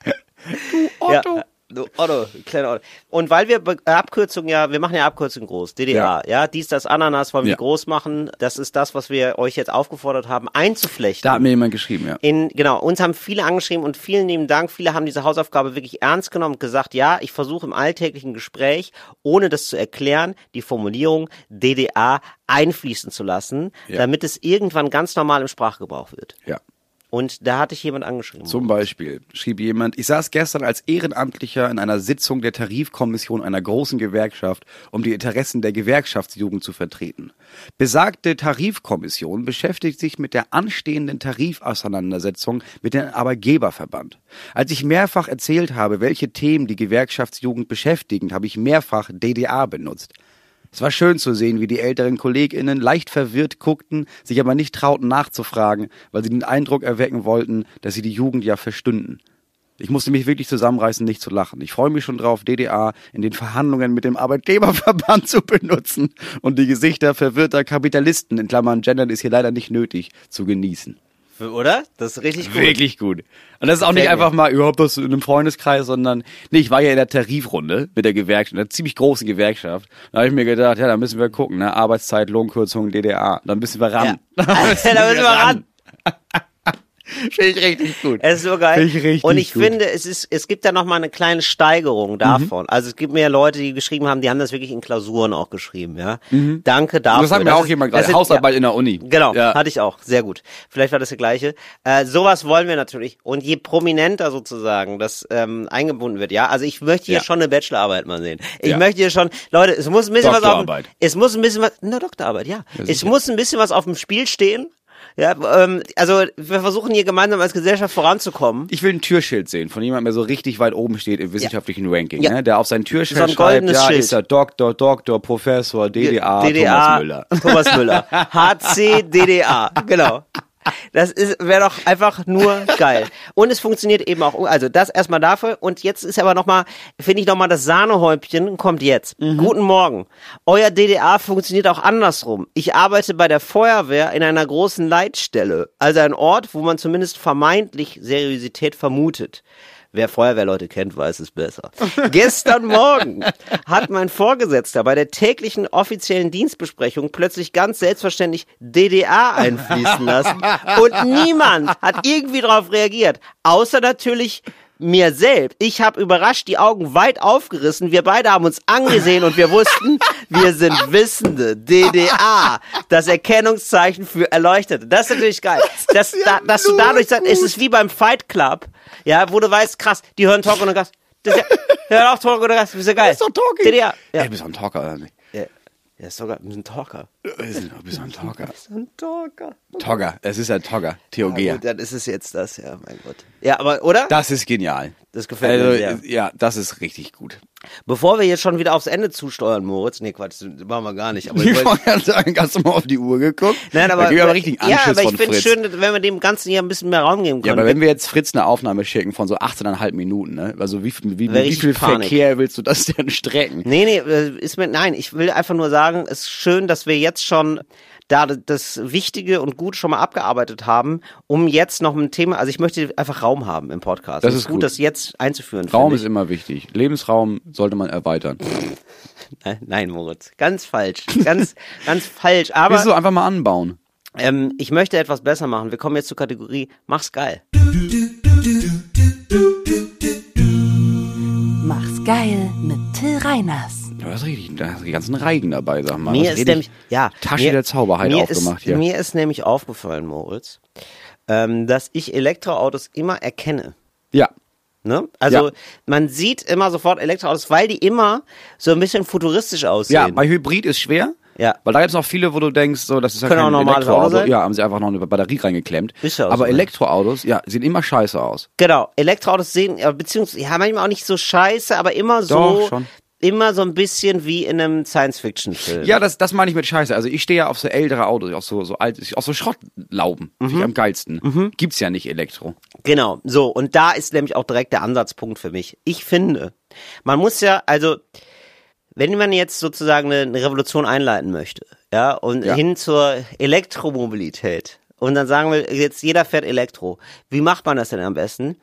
Speaker 1: du Otto. Ja. Du Otto, kleiner Otto. Und weil wir Be- äh, Abkürzungen ja, wir machen ja Abkürzungen groß, DDR, ja, dies, das, Ananas wollen wir
Speaker 2: Ja.
Speaker 1: groß machen. Das ist das, was wir euch jetzt aufgefordert haben, einzuflechten.
Speaker 2: Da hat mir jemand geschrieben, ja.
Speaker 1: In, genau, uns haben viele angeschrieben und vielen lieben Dank. Viele haben diese Hausaufgabe wirklich ernst genommen und gesagt, ja, ich versuche im alltäglichen Gespräch, ohne das zu erklären, die Formulierung DDA einfließen zu lassen,
Speaker 2: Ja.
Speaker 1: damit es irgendwann ganz normal im Sprachgebrauch wird.
Speaker 2: Ja.
Speaker 1: Und da hatte ich jemand angeschrieben.
Speaker 2: Zum Beispiel schrieb jemand, ich saß gestern als Ehrenamtlicher in einer Sitzung der Tarifkommission einer großen Gewerkschaft, um die Interessen der Gewerkschaftsjugend zu vertreten. Besagte Tarifkommission beschäftigt sich mit der anstehenden Tarifauseinandersetzung mit dem Arbeitgeberverband. Als ich mehrfach erzählt habe, welche Themen die Gewerkschaftsjugend beschäftigen, habe ich mehrfach DDA benutzt. Es war schön zu sehen, wie die älteren KollegInnen leicht verwirrt guckten, sich aber nicht trauten nachzufragen, weil sie den Eindruck erwecken wollten, dass sie die Jugend ja verstünden. Ich musste mich wirklich zusammenreißen, nicht zu lachen. Ich freue mich schon drauf, DDA in den Verhandlungen mit dem Arbeitgeberverband zu benutzen und die Gesichter verwirrter Kapitalisten, in Klammern Gendern ist hier leider nicht nötig, zu genießen.
Speaker 1: Oder? Das ist richtig gut.
Speaker 2: Wirklich gut. Und das ist auch
Speaker 1: Gefällt
Speaker 2: nicht
Speaker 1: mir.
Speaker 2: einfach mal überhaupt das in einem Freundeskreis, sondern, nee, ich war ja in der Tarifrunde mit der Gewerkschaft, einer ziemlich großen Gewerkschaft. Da habe ich mir gedacht, ja, da müssen wir gucken, ne? Arbeitszeit, Lohnkürzung, DDR. Da müssen wir
Speaker 1: Ja.
Speaker 2: ran.
Speaker 1: da müssen wir ran.
Speaker 2: Finde ich richtig gut.
Speaker 1: Es ist so geil.
Speaker 2: Finde ich richtig
Speaker 1: und ich
Speaker 2: gut. Mhm.
Speaker 1: finde, es ist, es gibt da nochmal eine kleine Steigerung davon. Also es gibt mehr Leute, die geschrieben haben, die haben das wirklich in Klausuren auch geschrieben, ja. Danke dafür.
Speaker 2: Mhm. das hat mir auch
Speaker 1: ist-
Speaker 2: jemand
Speaker 1: das
Speaker 2: gerade.
Speaker 1: sind-
Speaker 2: Hausarbeit
Speaker 1: ja.
Speaker 2: in der Uni.
Speaker 1: Genau,
Speaker 2: Ja.
Speaker 1: hatte ich auch. Sehr gut. Vielleicht war das der gleiche. Äh, sowas wollen wir natürlich. Und je prominenter sozusagen das ähm, eingebunden wird, ja. Also ich möchte hier
Speaker 2: Ja.
Speaker 1: schon eine Bachelorarbeit mal sehen. Ich
Speaker 2: Ja.
Speaker 1: möchte hier schon, Leute, es muss ein bisschen was auf, dem-
Speaker 2: Doktorarbeit.
Speaker 1: es muss ein bisschen was, na Doktorarbeit, ja. es
Speaker 2: sicher.
Speaker 1: muss ein bisschen was auf dem Spiel stehen. Ja, ähm, also wir versuchen hier gemeinsam als Gesellschaft voranzukommen.
Speaker 2: Ich will ein Türschild sehen von jemandem, der so richtig weit oben steht im wissenschaftlichen Ranking,
Speaker 1: Ja.
Speaker 2: ne? der auf sein Türschild
Speaker 1: So ein
Speaker 2: schreibt,
Speaker 1: goldenes
Speaker 2: ja,
Speaker 1: Schild.
Speaker 2: ist er Doktor, Doktor, Professor, DDA, Thomas Müller.
Speaker 1: Thomas Müller. HC DDA, genau. Das ist wäre doch einfach nur geil. Und es funktioniert eben auch. Also das erstmal dafür. Und jetzt ist aber nochmal, finde ich nochmal, das Sahnehäubchen kommt jetzt.
Speaker 2: Mhm.
Speaker 1: Guten Morgen. Euer DDA funktioniert auch andersrum. Ich arbeite bei der Feuerwehr in einer großen Leitstelle. Also ein Ort, wo man zumindest vermeintlich Seriosität vermutet. Wer Feuerwehrleute kennt, weiß es besser. Gestern Morgen hat mein Vorgesetzter bei der täglichen offiziellen Dienstbesprechung plötzlich ganz selbstverständlich DDA einfließen lassen und niemand hat irgendwie darauf reagiert, außer natürlich mir selbst. Ich habe überrascht die Augen weit aufgerissen. Wir beide haben uns angesehen und wir wussten, wir sind Wissende. DDA, das Erkennungszeichen für Erleuchtete. Das ist natürlich geil. Das, da, dass du dadurch sagst, es ist wie beim Fight Club, ja, wo du weißt, krass, die hören Talk und Gas. Das ist ja, hör auf Talk und Gas, das ist ja geil. Das ist
Speaker 2: doch Talking.
Speaker 1: DDA. Ja.
Speaker 2: Ey, bist du ein Talker oder nicht?
Speaker 1: Ja, ja ist sogar ein Talker.
Speaker 2: Bist du ein Talker?
Speaker 1: Ein Talker.
Speaker 2: Togger, es ist ein Togger, Theogea.
Speaker 1: Gut, dann ist es jetzt das, ja, mein Gott. Ja, aber, oder?
Speaker 2: Das ist genial. Also,
Speaker 1: Das gefällt mir sehr.
Speaker 2: Ja, das ist richtig gut.
Speaker 1: Bevor wir jetzt schon wieder aufs Ende zusteuern, Moritz, nee, Quatsch, das machen wir gar nicht. Aber ich
Speaker 2: Ich
Speaker 1: wollte-
Speaker 2: wollte gerade sagen, hast du mal auf die Uhr geguckt?
Speaker 1: Nein, aber,
Speaker 2: Da gibt aber richtig einen
Speaker 1: ja,
Speaker 2: Anschiss
Speaker 1: aber ich
Speaker 2: von
Speaker 1: finde
Speaker 2: Fritz.
Speaker 1: es schön, dass- wenn wir dem Ganzen hier ein bisschen mehr Raum geben
Speaker 2: ja,
Speaker 1: können.
Speaker 2: aber wenn wir jetzt Fritz eine Aufnahme schicken von so 18,5 Minuten, ne? Also wie, viel- wie,
Speaker 1: Wäre
Speaker 2: wie
Speaker 1: ich
Speaker 2: viel
Speaker 1: Panik.
Speaker 2: Verkehr willst du das denn strecken?
Speaker 1: nee, nee, äh, ist mir, nein, ich will einfach nur sagen, es ist schön, dass wir jetzt schon da das Wichtige und Gute schon mal abgearbeitet haben, um jetzt noch ein Thema, also ich möchte einfach Raum haben im Podcast.
Speaker 2: Das
Speaker 1: Es
Speaker 2: ist gut.
Speaker 1: das jetzt einzuführen.
Speaker 2: Raum
Speaker 1: finde
Speaker 2: ist immer wichtig. Lebensraum sollte man erweitern.
Speaker 1: ich. Nein, nein, Moritz, ganz falsch, ganz, ganz falsch. Aber
Speaker 2: Willst du einfach mal anbauen?
Speaker 1: ähm, ich möchte etwas besser machen. Wir kommen jetzt zur Kategorie Mach's geil.
Speaker 3: Mach's geil mit Till Reiners.
Speaker 2: Ja, das ist richtig. Da hast du die ganzen Reigen dabei, sag mal.
Speaker 1: Mir
Speaker 2: Was
Speaker 1: ist
Speaker 2: rede
Speaker 1: nämlich
Speaker 2: ich?
Speaker 1: ja
Speaker 2: Tasche
Speaker 1: mir,
Speaker 2: der Zauberheit
Speaker 1: mir
Speaker 2: aufgemacht
Speaker 1: ist,
Speaker 2: hier.
Speaker 1: Mir ist nämlich aufgefallen, Moritz, ähm, dass ich Elektroautos immer erkenne.
Speaker 2: ja.
Speaker 1: Ne? Also
Speaker 2: Ja.
Speaker 1: man sieht immer sofort Elektroautos, weil die immer so ein bisschen futuristisch
Speaker 2: Ja,
Speaker 1: aussehen.
Speaker 2: bei Hybrid ist schwer.
Speaker 1: Ja.
Speaker 2: Weil da gibt's noch viele, wo du denkst, so, das ist ja
Speaker 1: Können
Speaker 2: kein
Speaker 1: auch normales Auto
Speaker 2: Elektroauto.
Speaker 1: sein.
Speaker 2: Ja, haben sie einfach noch eine Batterie reingeklemmt.
Speaker 1: Ist ja auch
Speaker 2: Aber
Speaker 1: so, ne?
Speaker 2: Elektroautos, ja, sehen immer scheiße aus.
Speaker 1: genau, Elektroautos sehen, ja, beziehungsweise ja, manchmal auch nicht so scheiße, aber immer so.
Speaker 2: Doch, schon.
Speaker 1: immer so ein bisschen wie in einem Science-Fiction-Film.
Speaker 2: Ja, das, das meine ich mit Scheiße. Also ich stehe ja auf so ältere Autos, auf so, so alt, auf so Schrottlauben. Finde ich am geilsten. Gibt's ja nicht Elektro.
Speaker 1: Genau, so, und da ist nämlich auch direkt der Ansatzpunkt für mich. Ich finde, man muss ja, also, wenn man jetzt sozusagen eine, eine Revolution einleiten möchte, ja, und
Speaker 2: Ja.
Speaker 1: hin zur Elektromobilität, und dann sagen wir, jetzt jeder fährt Elektro. Wie macht man das denn am besten?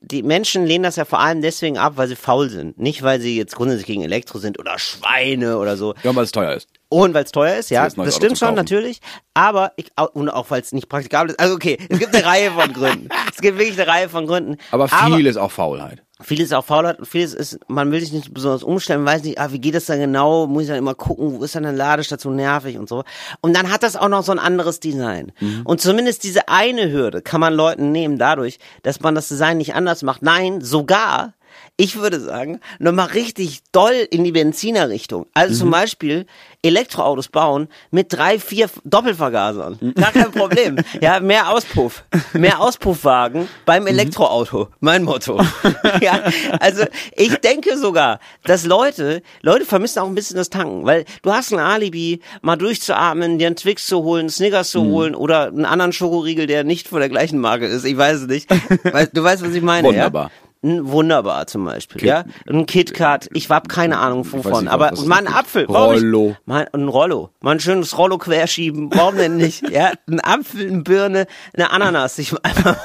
Speaker 1: Die Menschen lehnen das ja vor allem deswegen ab, weil sie faul sind. Nicht, weil sie jetzt grundsätzlich gegen Elektro sind oder Schweine oder so.
Speaker 2: Ja, weil es teuer ist.
Speaker 1: Und weil es teuer ist, ja,
Speaker 2: Jetzt neues
Speaker 1: das
Speaker 2: Auto
Speaker 1: stimmt
Speaker 2: zu
Speaker 1: schon,
Speaker 2: kaufen.
Speaker 1: natürlich. Aber ich, au- und auch weil es nicht praktikabel ist. Also okay, es gibt eine Reihe von Gründen. Es gibt wirklich eine Reihe von Gründen.
Speaker 2: Aber viel ist auch Faulheit.
Speaker 1: vieles ist auch Faulheit und vieles ist, man will sich nicht besonders umstellen, weiß nicht, ah, wie geht das dann genau? Muss ich dann immer gucken, wo ist dann eine Ladestation nervig und so. Und dann hat das auch noch so ein anderes Design. Und zumindest diese eine Hürde kann man Leuten nehmen dadurch, dass man das Design nicht anders macht. Nein, sogar ich würde sagen, nochmal richtig doll in die Benzinerrichtung. Also zum Beispiel Elektroautos bauen mit drei, vier Doppelvergasern. Gar kein Problem. Ja, mehr Auspuff. Mehr Auspuffwagen beim Elektroauto. Mein Motto. Ja, also ich denke sogar, dass Leute, Leute vermissen auch ein bisschen das Tanken, weil du hast ein Alibi, mal durchzuatmen, dir einen Twix zu holen, Snickers
Speaker 2: Mhm.
Speaker 1: zu holen oder einen anderen Schokoriegel, der nicht von der gleichen Marke ist. Ich weiß es nicht. Weißt- Du weißt, was ich meine.
Speaker 2: Wunderbar.
Speaker 1: Ja? N- Wunderbar zum Beispiel, ja. Ein KitKat, ich hab keine Ahnung
Speaker 2: weiß
Speaker 1: wovon,
Speaker 2: nicht,
Speaker 1: aber
Speaker 2: was es
Speaker 1: mal ein
Speaker 2: gibt.
Speaker 1: Apfel. warum nicht?
Speaker 2: Rollo.
Speaker 1: Mal ein Rollo. Mal ein schönes Rollo querschieben, warum denn nicht? Ja, ein Apfel, eine Birne, eine Ananas. Ich einfach,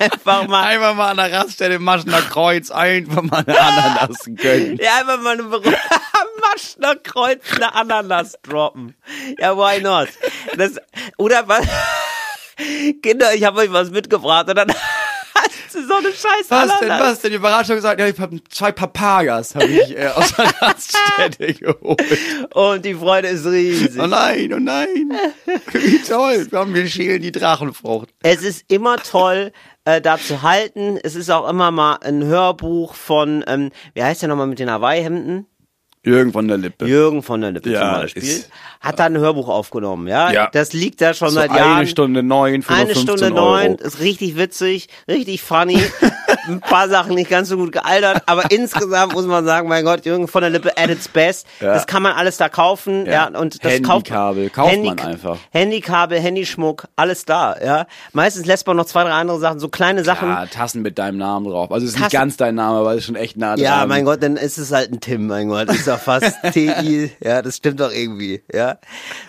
Speaker 1: einfach mal,
Speaker 2: Einfach mal an der Raststelle im Maschener Kreuz einfach mal eine Ananas gönnen.
Speaker 1: ja, einfach mal eine Ber- Maschner Kreuz, eine Ananas droppen. Ja, why not? Das, oder was? Kinder, ich habe euch was mitgebracht und dann hast du so eine scheiß
Speaker 2: Was denn,
Speaker 1: Ananas.
Speaker 2: was denn? Die Überraschung sagt, ja, ich hab zwei Papagas habe ich äh, aus der Raststätte geholt.
Speaker 1: Und die Freude ist riesig.
Speaker 2: Oh nein, oh nein. Wie toll. Wir haben- Wir schälen die Drachenfrucht.
Speaker 1: Es ist immer toll, äh, da zu halten. Es ist auch immer mal ein Hörbuch von, ähm, wie heißt der nochmal mit den Hawaii-Hemden?
Speaker 2: Jürgen von der Lippe.
Speaker 1: Jürgen von der Lippe
Speaker 2: Ja,
Speaker 1: zum Beispiel.
Speaker 2: ist-
Speaker 1: hat da ein Hörbuch aufgenommen, ja?
Speaker 2: Ja.
Speaker 1: Das liegt da schon
Speaker 2: so
Speaker 1: seit
Speaker 2: eine
Speaker 1: Jahren.
Speaker 2: Stunde neun, 15
Speaker 1: Eine Stunde
Speaker 2: Euro.
Speaker 1: neun, ist richtig witzig, richtig funny, ein paar Sachen nicht ganz so gut gealtert, aber insgesamt muss man sagen, mein Gott, Jürgen von der Lippe at its best,
Speaker 2: Ja.
Speaker 1: das kann man alles da kaufen, ja,
Speaker 2: Ja.
Speaker 1: und das
Speaker 2: Handykabel kauft man einfach.
Speaker 1: Handykabel, Handyschmuck, alles da, ja. Meistens lässt man noch zwei, drei andere Sachen, so kleine Sachen.
Speaker 2: Ja, Tassen mit deinem Namen drauf. Also es ist nicht
Speaker 1: Tassen-
Speaker 2: ganz dein Name, aber es ist schon echt nah dran.
Speaker 1: Ja, mein Gott, dann ist es halt ein Tim, mein Gott. Ist doch fast TI. Ja, das stimmt doch irgendwie. Ja.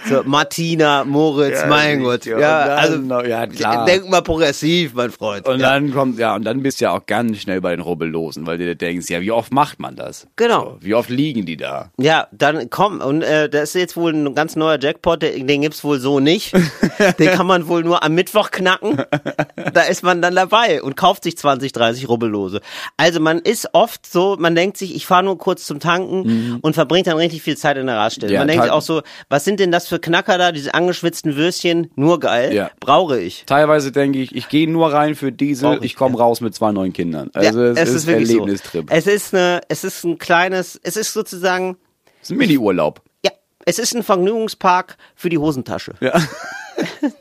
Speaker 1: So, Martina, Moritz,
Speaker 2: Ja,
Speaker 1: mein Gott.
Speaker 2: ja,
Speaker 1: Ja,
Speaker 2: und dann noch-
Speaker 1: also,
Speaker 2: ja, klar.
Speaker 1: denk mal progressiv, mein Freund.
Speaker 2: Und
Speaker 1: ja.
Speaker 2: dann kommt, ja, und dann bist du ja auch ganz schnell bei den Rubbellosen, weil du dir denkst, ja, wie oft macht man das?
Speaker 1: Genau.
Speaker 2: So, wie oft liegen die da?
Speaker 1: ja, dann komm. Und äh, das ist jetzt wohl ein ganz neuer Jackpot. Den, den gibt's wohl so nicht. den kann man wohl nur am Mittwoch knacken. Da ist man dann dabei und kauft sich 20, 30 Rubbellose. Also man ist oft so, man denkt sich, ich fahre nur kurz zum Tanken und verbringt dann richtig viel Zeit in der Raststätte.
Speaker 2: Mhm. Ja,
Speaker 1: man denkt sich
Speaker 2: Tanken-
Speaker 1: auch so, was sind denn das für Knacker da, diese angeschwitzten Würstchen? Nur geil.
Speaker 2: Ja.
Speaker 1: Brauche ich.
Speaker 2: Teilweise denke ich, ich gehe nur rein für Diesel,
Speaker 1: Brauch
Speaker 2: ich
Speaker 1: ich,
Speaker 2: komme raus mit zwei neuen Kindern. Also
Speaker 1: Ja,
Speaker 2: es, ist, ein
Speaker 1: wirklich
Speaker 2: Erlebnistrip.
Speaker 1: So. Es ist eine, es ist ein kleines, es ist sozusagen,
Speaker 2: es ist ein Mini-Urlaub.
Speaker 1: ja, es ist ein Vergnügungspark für die Hosentasche.
Speaker 2: Ja.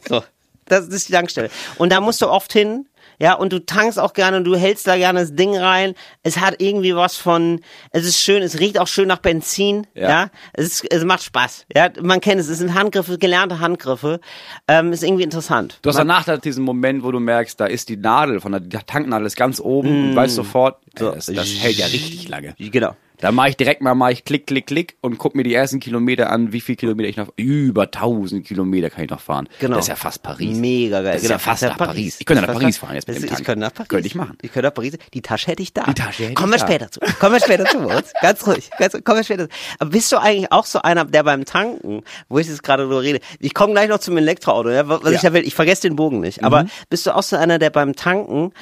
Speaker 1: So. Das ist die Tankstelle. Und da musst du oft hin. Ja, und du tankst auch gerne und du hältst da gerne das Ding rein. Es hat irgendwie was von, es ist schön, es riecht auch schön nach Benzin.
Speaker 2: Ja.
Speaker 1: Ja. Es, ist, es macht Spaß. Ja, man kennt es, es sind Handgriffe, gelernte Handgriffe. Ähm, ist irgendwie interessant.
Speaker 2: Du hast danach dann diesen Moment, wo du merkst, da ist die Nadel von der die Tanknadel ist ganz oben und weißt sofort, ey, das, das hält ja richtig lange.
Speaker 1: Mm. Genau.
Speaker 2: Da mache ich direkt mal, mache ich klick, klick, klick und guck mir die ersten Kilometer an, wie viel Kilometer ich noch, über 1000 Kilometer kann ich noch fahren.
Speaker 1: Genau.
Speaker 2: Das ist ja fast Paris.
Speaker 1: Mega geil.
Speaker 2: Das ist ja
Speaker 1: Genau,
Speaker 2: fast nach Paris. Ich könnte nach Paris fahren jetzt mit
Speaker 1: Das-
Speaker 2: dem Tank.
Speaker 1: Ich könnte nach Paris.
Speaker 2: Könnte ich machen.
Speaker 1: Ich könnte nach Paris. Die Tasche hätte ich da. Die
Speaker 2: Tasche hätte
Speaker 1: Kommen
Speaker 2: ich
Speaker 1: wir
Speaker 2: da.
Speaker 1: später zu. Kommen wir später zu uns. Ganz ruhig. Ganz, ruhig. kommen wir später zu. Aber bist du eigentlich auch so einer, der beim Tanken, wo ich jetzt gerade drüber rede, ich komme gleich noch zum Elektroauto, ja, was ich
Speaker 2: Ja.
Speaker 1: da will, ich vergesse den Bogen nicht. Aber bist du auch so einer, der beim Tanken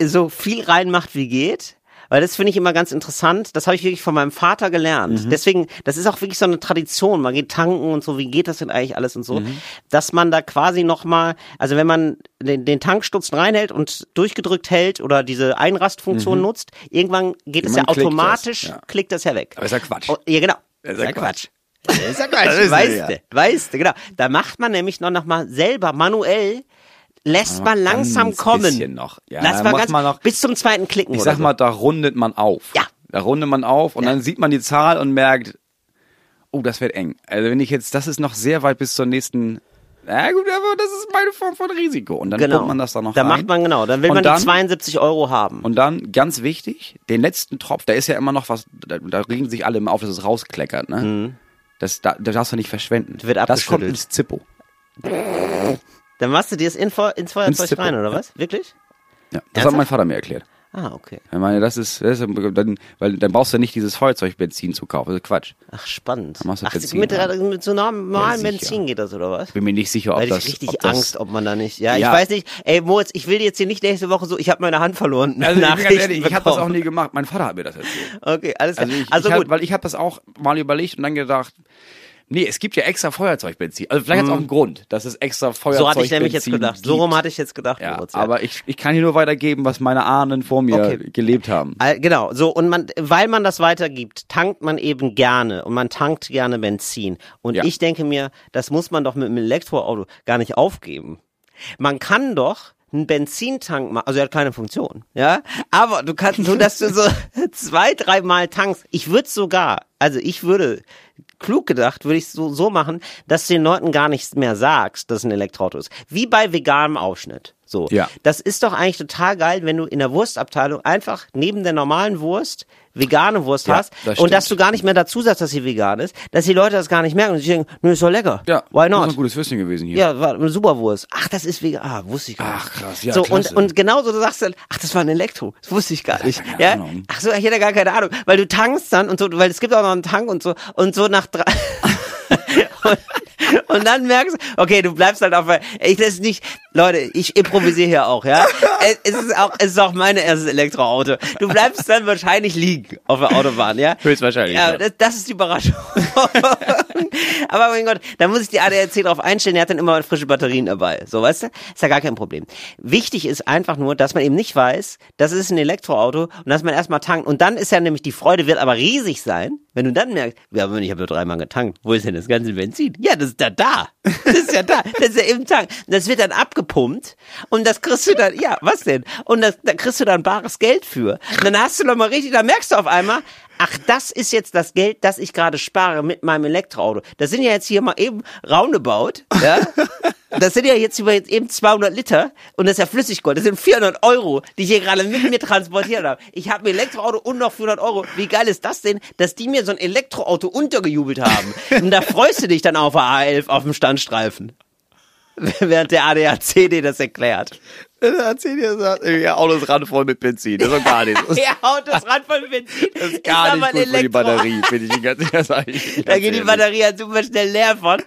Speaker 1: äh, so viel reinmacht, wie geht? Weil das finde ich immer ganz interessant. Das habe ich wirklich von meinem Vater gelernt. Deswegen, das ist auch wirklich so eine Tradition. Man geht tanken und so. Wie geht das denn eigentlich alles und so? Dass man da quasi nochmal, also wenn man den, den Tankstutzen reinhält und durchgedrückt hält oder diese Einrastfunktion nutzt, irgendwann geht es ja
Speaker 2: Irgendwann klickt das,
Speaker 1: automatisch,
Speaker 2: ja.
Speaker 1: klickt das ja weg.
Speaker 2: Aber ist ja Quatsch.
Speaker 1: Oh, ja, genau.
Speaker 2: Das ist ja Quatsch.
Speaker 1: Das ist ja Quatsch.
Speaker 2: Das wissen wir
Speaker 1: weißt
Speaker 2: ja.
Speaker 1: du, weißt du, genau. Da macht man nämlich noch, noch mal selber manuell, lässt man langsam
Speaker 2: Ah, ganz
Speaker 1: kommen.
Speaker 2: bisschen noch. Ja,
Speaker 1: Lässt
Speaker 2: muss
Speaker 1: man ganz,
Speaker 2: man noch-
Speaker 1: bis zum zweiten Klicken
Speaker 2: Ich
Speaker 1: oder
Speaker 2: sag
Speaker 1: so.
Speaker 2: mal, da rundet man auf.
Speaker 1: Ja,
Speaker 2: Da rundet man auf und dann sieht man die Zahl und merkt, oh, das wird eng. Also wenn ich jetzt, das ist noch sehr weit bis zur nächsten. Na gut, aber das ist meine Form von Risiko. Und dann
Speaker 1: Genau.
Speaker 2: pumpt man das da noch
Speaker 1: Da
Speaker 2: rein.
Speaker 1: macht man genau, dann will
Speaker 2: Und
Speaker 1: man
Speaker 2: dann-
Speaker 1: die 72 Euro haben.
Speaker 2: Und dann, ganz wichtig, den letzten Tropf, da ist ja immer noch was, da, da regen sich alle immer auf, dass es rauskleckert, ne? Das, da, das darfst du nicht verschwenden.
Speaker 1: Mhm. Wird
Speaker 2: das kommt
Speaker 1: abgeschüttelt.
Speaker 2: ins Zippo.
Speaker 1: dann machst du dir das in, Feu- ins Feuerzeug
Speaker 2: Zippo.
Speaker 1: rein, oder was? Wirklich?
Speaker 2: Ja, das hat
Speaker 1: Ernsthaft?
Speaker 2: mein Vater mir erklärt.
Speaker 1: Ah, okay.
Speaker 2: Ich meine, das ist, das ist dann, weil dann brauchst du nicht dieses Feuerzeugbenzin zu kaufen. Das ist Quatsch.
Speaker 1: Ach, spannend.
Speaker 2: machst du
Speaker 1: Ach,
Speaker 2: Benzin
Speaker 1: mit,
Speaker 2: rein.
Speaker 1: mit so normalem
Speaker 2: Ja, sicher.
Speaker 1: Benzin geht das, oder was?
Speaker 2: Bin mir nicht sicher, ob
Speaker 1: Da hätte
Speaker 2: das.
Speaker 1: ich richtig
Speaker 2: ob das,
Speaker 1: Angst, um ob man da nicht. Ja,
Speaker 2: Ja.
Speaker 1: ich weiß nicht. Ey, Moritz, ich will jetzt hier nicht nächste Woche so, ich habe meine Hand verloren.
Speaker 2: Also ich bin ganz
Speaker 1: Nachrichten
Speaker 2: ehrlich, ich habe das auch
Speaker 1: bekommen.
Speaker 2: nie gemacht. Mein Vater hat mir das erzählt.
Speaker 1: Okay, alles klar.
Speaker 2: Also,
Speaker 1: Also,
Speaker 2: ich, ich
Speaker 1: gut.
Speaker 2: Hab, weil ich habe das auch mal überlegt und dann gedacht, nee, es gibt ja extra Feuerzeugbenzin. Also vielleicht hat's auch einen Grund, dass es extra Feuerzeug
Speaker 1: Mhm. so hatte ich nämlich jetzt gedacht.
Speaker 2: Gibt.
Speaker 1: So rum hatte ich jetzt gedacht,
Speaker 2: ja,
Speaker 1: Moritz. ja.
Speaker 2: aber ich, ich kann hier nur weitergeben, was meine Ahnen vor mir
Speaker 1: Okay.
Speaker 2: gelebt haben.
Speaker 1: All- Genau, so und man, weil man das weitergibt, tankt man eben gerne und man tankt gerne Benzin. Und
Speaker 2: Ja.
Speaker 1: ich denke mir, das muss man doch mit einem Elektroauto gar nicht aufgeben. Man kann doch einen Benzintank machen, also er hat keine Funktion, ja, aber du kannst so, dass du so zwei, dreimal tankst. Ich würde sogar, also ich würde, klug gedacht, würde ich so, so machen, dass du den Leuten gar nichts mehr sagst, dass es ein Elektroauto ist. Wie bei veganem Aufschnitt. So.
Speaker 2: Ja.
Speaker 1: Das ist doch eigentlich total geil, wenn du in der Wurstabteilung einfach neben der normalen Wurst vegane Wurst
Speaker 2: Ja,
Speaker 1: hast
Speaker 2: das
Speaker 1: und dass du
Speaker 2: stimmt.
Speaker 1: gar nicht mehr dazu sagst, dass sie vegan ist, dass die Leute das gar nicht merken und sie denken, nö, ist doch lecker.
Speaker 2: Ja,
Speaker 1: Why
Speaker 2: Das
Speaker 1: not?
Speaker 2: ist ein gutes Würstchen gewesen hier.
Speaker 1: Ja, war eine Superwurst. Ach, das ist vegan. Ah, wusste ich gar nicht.
Speaker 2: Ach, krass, ja,
Speaker 1: So,
Speaker 2: klasse.
Speaker 1: und, und genauso, du sagst dann, ach, das war ein Elektro. Das wusste ich gar nicht.
Speaker 2: keine
Speaker 1: Ja?
Speaker 2: Ahnung.
Speaker 1: Ach so, ich hätte gar keine Ahnung. Weil du tankst dann und so, weil es gibt auch noch einen Tank und so, und so nach drei. und, und dann merkst du, okay, du bleibst halt auf, ich das ist nicht, Leute, ich improvisiere hier auch, ja. Es ist auch, es ist auch mein erstes Elektroauto. Du bleibst dann wahrscheinlich liegen auf der Autobahn, ja.
Speaker 2: Höchstwahrscheinlich,
Speaker 1: Ja,
Speaker 2: ja.
Speaker 1: das, das ist die Überraschung. Aber mein Gott, da muss ich die ADAC drauf einstellen, der hat dann immer frische Batterien dabei. So, weißt du? Ist ja gar kein Problem. Wichtig ist einfach nur, dass man eben nicht weiß, das ist ein Elektroauto und dass man erstmal tankt. Und dann ist ja nämlich, die Freude wird aber riesig sein, wenn du dann merkst, ja, Moment, ich habe nur dreimal getankt. Wo ist denn das ganze Benzin? Ja, das ist ja da. Das ist ja da. Das ist ja im Tank. Und Das wird dann abgepumpt und das kriegst du dann, ja, was denn? Und das, da kriegst du dann bares Geld für. Und dann hast du noch mal richtig, da merkst du auf einmal, Ach, das ist jetzt das Geld, das ich gerade spare mit meinem Elektroauto. Das sind ja jetzt hier mal eben roundabout, ja? Das sind ja jetzt über jetzt eben 200 Liter und das ist ja Flüssiggold. Das sind 400 Euro, die ich hier gerade mit mir transportiert habe. Ich habe ein Elektroauto und noch 400 Euro. Wie geil ist das denn, dass die mir so ein Elektroauto untergejubelt haben? Und da freust du dich dann auf der A11 auf dem Standstreifen. Während der ADAC dir das erklärt.
Speaker 2: Erzähl dir das. Ja, Autos ran voll mit Benzin. Das ist gar nichts.
Speaker 1: Der haut das Rad voll Benzin. Das
Speaker 2: ist gar nicht gut für die Batterie, finde ich. Ganz, ganz,
Speaker 1: Da geht die Batterie halt super schnell leer von.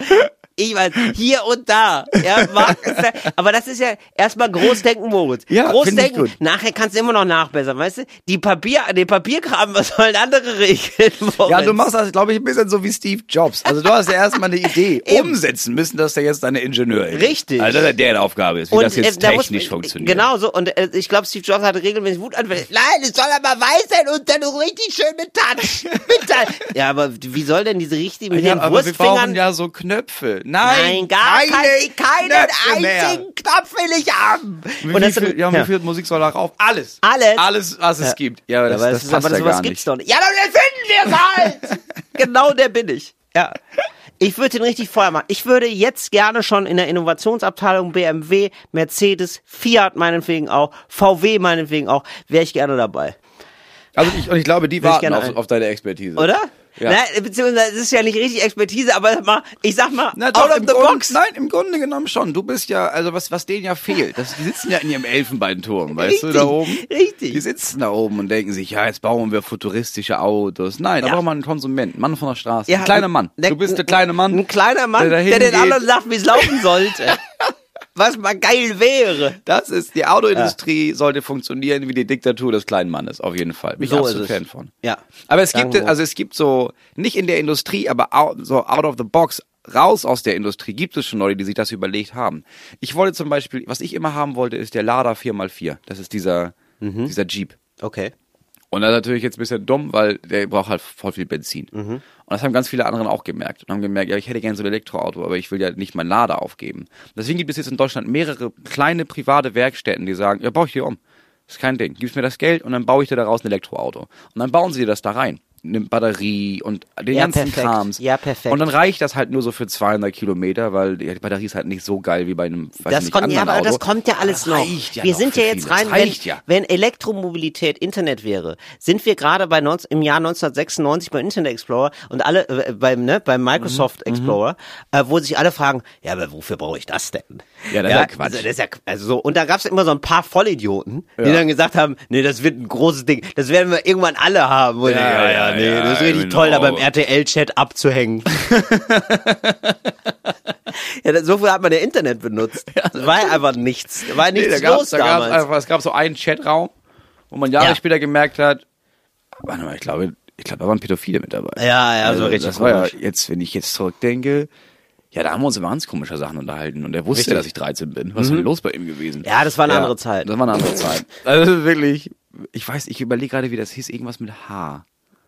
Speaker 1: Ich weiß, hier und da. Ja, mag es sein. Aber das ist ja erstmal Großdenken, Moritz.
Speaker 2: Ja, finde ich
Speaker 1: Großdenken,
Speaker 2: gut.
Speaker 1: nachher kannst du immer noch nachbessern, weißt du? Die Papier, den Papierkram, was sollen andere regeln, Moritz?
Speaker 2: Ja, du machst das, glaube ich, ein bisschen so wie Steve Jobs. Also du hast ja erstmal eine Idee. Umsetzen müssen das ja jetzt deine Ingenieure.
Speaker 1: Richtig.
Speaker 2: Also das ist ja deren Aufgabe ist, wie das jetzt
Speaker 1: äh, da muss-
Speaker 2: technisch
Speaker 1: äh,
Speaker 2: funktioniert.
Speaker 1: Genau so. Und äh, ich glaube, Steve Jobs hatte regelmäßig Wutanfälle. Nein, es soll aber weiß sein und dann so richtig schön mit Touch. Mit Touch. ja, aber wie soll denn diese richtigen, mit
Speaker 2: Ja,
Speaker 1: den
Speaker 2: aber wir brauchen
Speaker 1: Wurstfingern?
Speaker 2: ja so Knöpfe.
Speaker 1: Nein,
Speaker 2: Nein,
Speaker 1: gar
Speaker 2: keine
Speaker 1: keinen, keinen
Speaker 2: Knöpfe mehr.
Speaker 1: einzigen Knopf will ich haben.
Speaker 2: Wie,
Speaker 1: Und das-
Speaker 2: viel, ja,
Speaker 1: ja.
Speaker 2: wie viel Musik soll da rauf? Alles.
Speaker 1: Alles?
Speaker 2: Alles, was es gibt. Ja, aber das,
Speaker 1: aber
Speaker 2: das,
Speaker 1: es ist-
Speaker 2: passt
Speaker 1: aber
Speaker 2: ja
Speaker 1: sowas
Speaker 2: gar
Speaker 1: gibt's
Speaker 2: nicht.
Speaker 1: doch nicht. Ja, dann finden wir es halt! genau der bin ich. Ja. Ich würde den richtig Feuer machen. Ich würde jetzt gerne schon in der Innovationsabteilung BMW, Mercedes, Fiat meinetwegen auch, VW meinetwegen auch, wäre ich gerne dabei.
Speaker 2: Also ich, und ich glaube, die
Speaker 1: ich
Speaker 2: warten
Speaker 1: gerne
Speaker 2: auf,
Speaker 1: ein.
Speaker 2: auf deine Expertise.
Speaker 1: Oder?
Speaker 2: Ja.
Speaker 1: Na, beziehungsweise, es ist ja nicht richtig Expertise, aber mal, ich sag mal,
Speaker 2: Na
Speaker 1: out
Speaker 2: doch,
Speaker 1: of
Speaker 2: im
Speaker 1: the
Speaker 2: Grund-
Speaker 1: box.
Speaker 2: Nein, im Grunde genommen schon. Du bist ja, also was, was denen ja fehlt, das, die sitzen ja in ihrem Elfenbeinturm, weißt du,
Speaker 1: Richtig,
Speaker 2: da oben.
Speaker 1: richtig.
Speaker 2: Die sitzen da oben und denken sich, ja, jetzt bauen wir futuristische Autos. Nein, da
Speaker 1: Ja.
Speaker 2: brauchen wir einen Konsumenten, Mann von der Straße.
Speaker 1: Ja,
Speaker 2: ein kleiner Mann.
Speaker 1: der-
Speaker 2: du bist der kleine Mann.
Speaker 1: Ein kleiner Mann, der,
Speaker 2: dahin
Speaker 1: den
Speaker 2: geht.
Speaker 1: anderen sagt, wie es laufen sollte. Was mal geil wäre.
Speaker 2: Das ist, die Autoindustrie sollte funktionieren wie die Diktatur des kleinen Mannes, auf jeden Fall. Bin ich
Speaker 1: So
Speaker 2: absolut
Speaker 1: ist es.
Speaker 2: Fan von.
Speaker 1: Ja.
Speaker 2: Aber es gibt,
Speaker 1: Danke, Mo.
Speaker 2: also es gibt so, nicht in der Industrie, aber out, so out of the box, raus aus der Industrie, gibt es schon Leute, die sich das überlegt haben. Ich wollte zum Beispiel, was ich immer haben wollte, ist der Lada 4x4. Das ist dieser,
Speaker 1: Mhm.
Speaker 2: dieser Jeep.
Speaker 1: Okay.
Speaker 2: Und das ist natürlich jetzt ein bisschen dumm, weil der braucht halt voll viel Benzin.
Speaker 1: Mhm.
Speaker 2: Und das haben ganz viele anderen auch gemerkt. Und haben gemerkt, ja, ich hätte gerne so ein Elektroauto, aber ich will ja nicht mein Lader aufgeben. Deswegen gibt es jetzt in Deutschland mehrere kleine private Werkstätten, die sagen, ja, baue ich dir um. Das Ist kein Ding. Gibst mir das Geld und dann baue ich dir daraus ein Elektroauto. Und dann bauen sie dir das da rein. Eine Batterie und den
Speaker 1: Ja,
Speaker 2: ganzen
Speaker 1: perfekt.
Speaker 2: Krams.
Speaker 1: Ja, perfekt.
Speaker 2: Und dann reicht das halt nur so für 200 Kilometer, weil die Batterie ist halt nicht so geil wie bei einem weiß
Speaker 1: Das
Speaker 2: nicht,
Speaker 1: kommt, ja,
Speaker 2: anderen
Speaker 1: aber
Speaker 2: Auto.
Speaker 1: das kommt ja alles
Speaker 2: Das
Speaker 1: noch.
Speaker 2: reicht Ja
Speaker 1: wir
Speaker 2: noch
Speaker 1: sind
Speaker 2: für
Speaker 1: ja jetzt
Speaker 2: viele.
Speaker 1: rein,
Speaker 2: Das
Speaker 1: wenn,
Speaker 2: reicht ja.
Speaker 1: wenn Elektromobilität Internet wäre, sind wir gerade bei 19, im Jahr 1996 beim Internet Explorer und alle äh, beim, ne, beim Microsoft
Speaker 2: Mhm.
Speaker 1: Explorer, äh, wo sich alle fragen, ja, aber wofür brauche ich das denn?
Speaker 2: Ja, das ist ja Quatsch.
Speaker 1: Also, das ist ja, also so, und da gab es immer so ein paar Vollidioten, die dann gesagt haben, nee, das wird ein großes Ding, das werden wir irgendwann alle haben. Und
Speaker 2: Ja,
Speaker 1: ja, ja,
Speaker 2: ja,
Speaker 1: nee,
Speaker 2: ja,
Speaker 1: das ist richtig
Speaker 2: genau.
Speaker 1: toll, da beim RTL-Chat abzuhängen. ja, das- so viel hat man ja Internet benutzt. war ja einfach nichts. War nichts
Speaker 2: da gab's,
Speaker 1: los
Speaker 2: da gab's
Speaker 1: damals.
Speaker 2: einfach, es gab so einen Chatraum, wo man Jahre
Speaker 1: Ja.
Speaker 2: später gemerkt hat, warte mal, ich glaube, ich glaube, da waren Pädophile mit dabei. Also,
Speaker 1: Ja, ja, so richtig
Speaker 2: das war ja
Speaker 1: komisch.
Speaker 2: jetzt, wenn ich jetzt zurückdenke, ja, da haben wir uns über ganz komische Sachen unterhalten und er wusste, dass ich 13 bin. Was ist denn los bei ihm gewesen?
Speaker 1: Mhm. Ja, das war eine andere Zeit.
Speaker 2: Das war eine andere Zeit. Also wirklich, ich weiß, ich überlege gerade, wie das hieß, irgendwas mit H.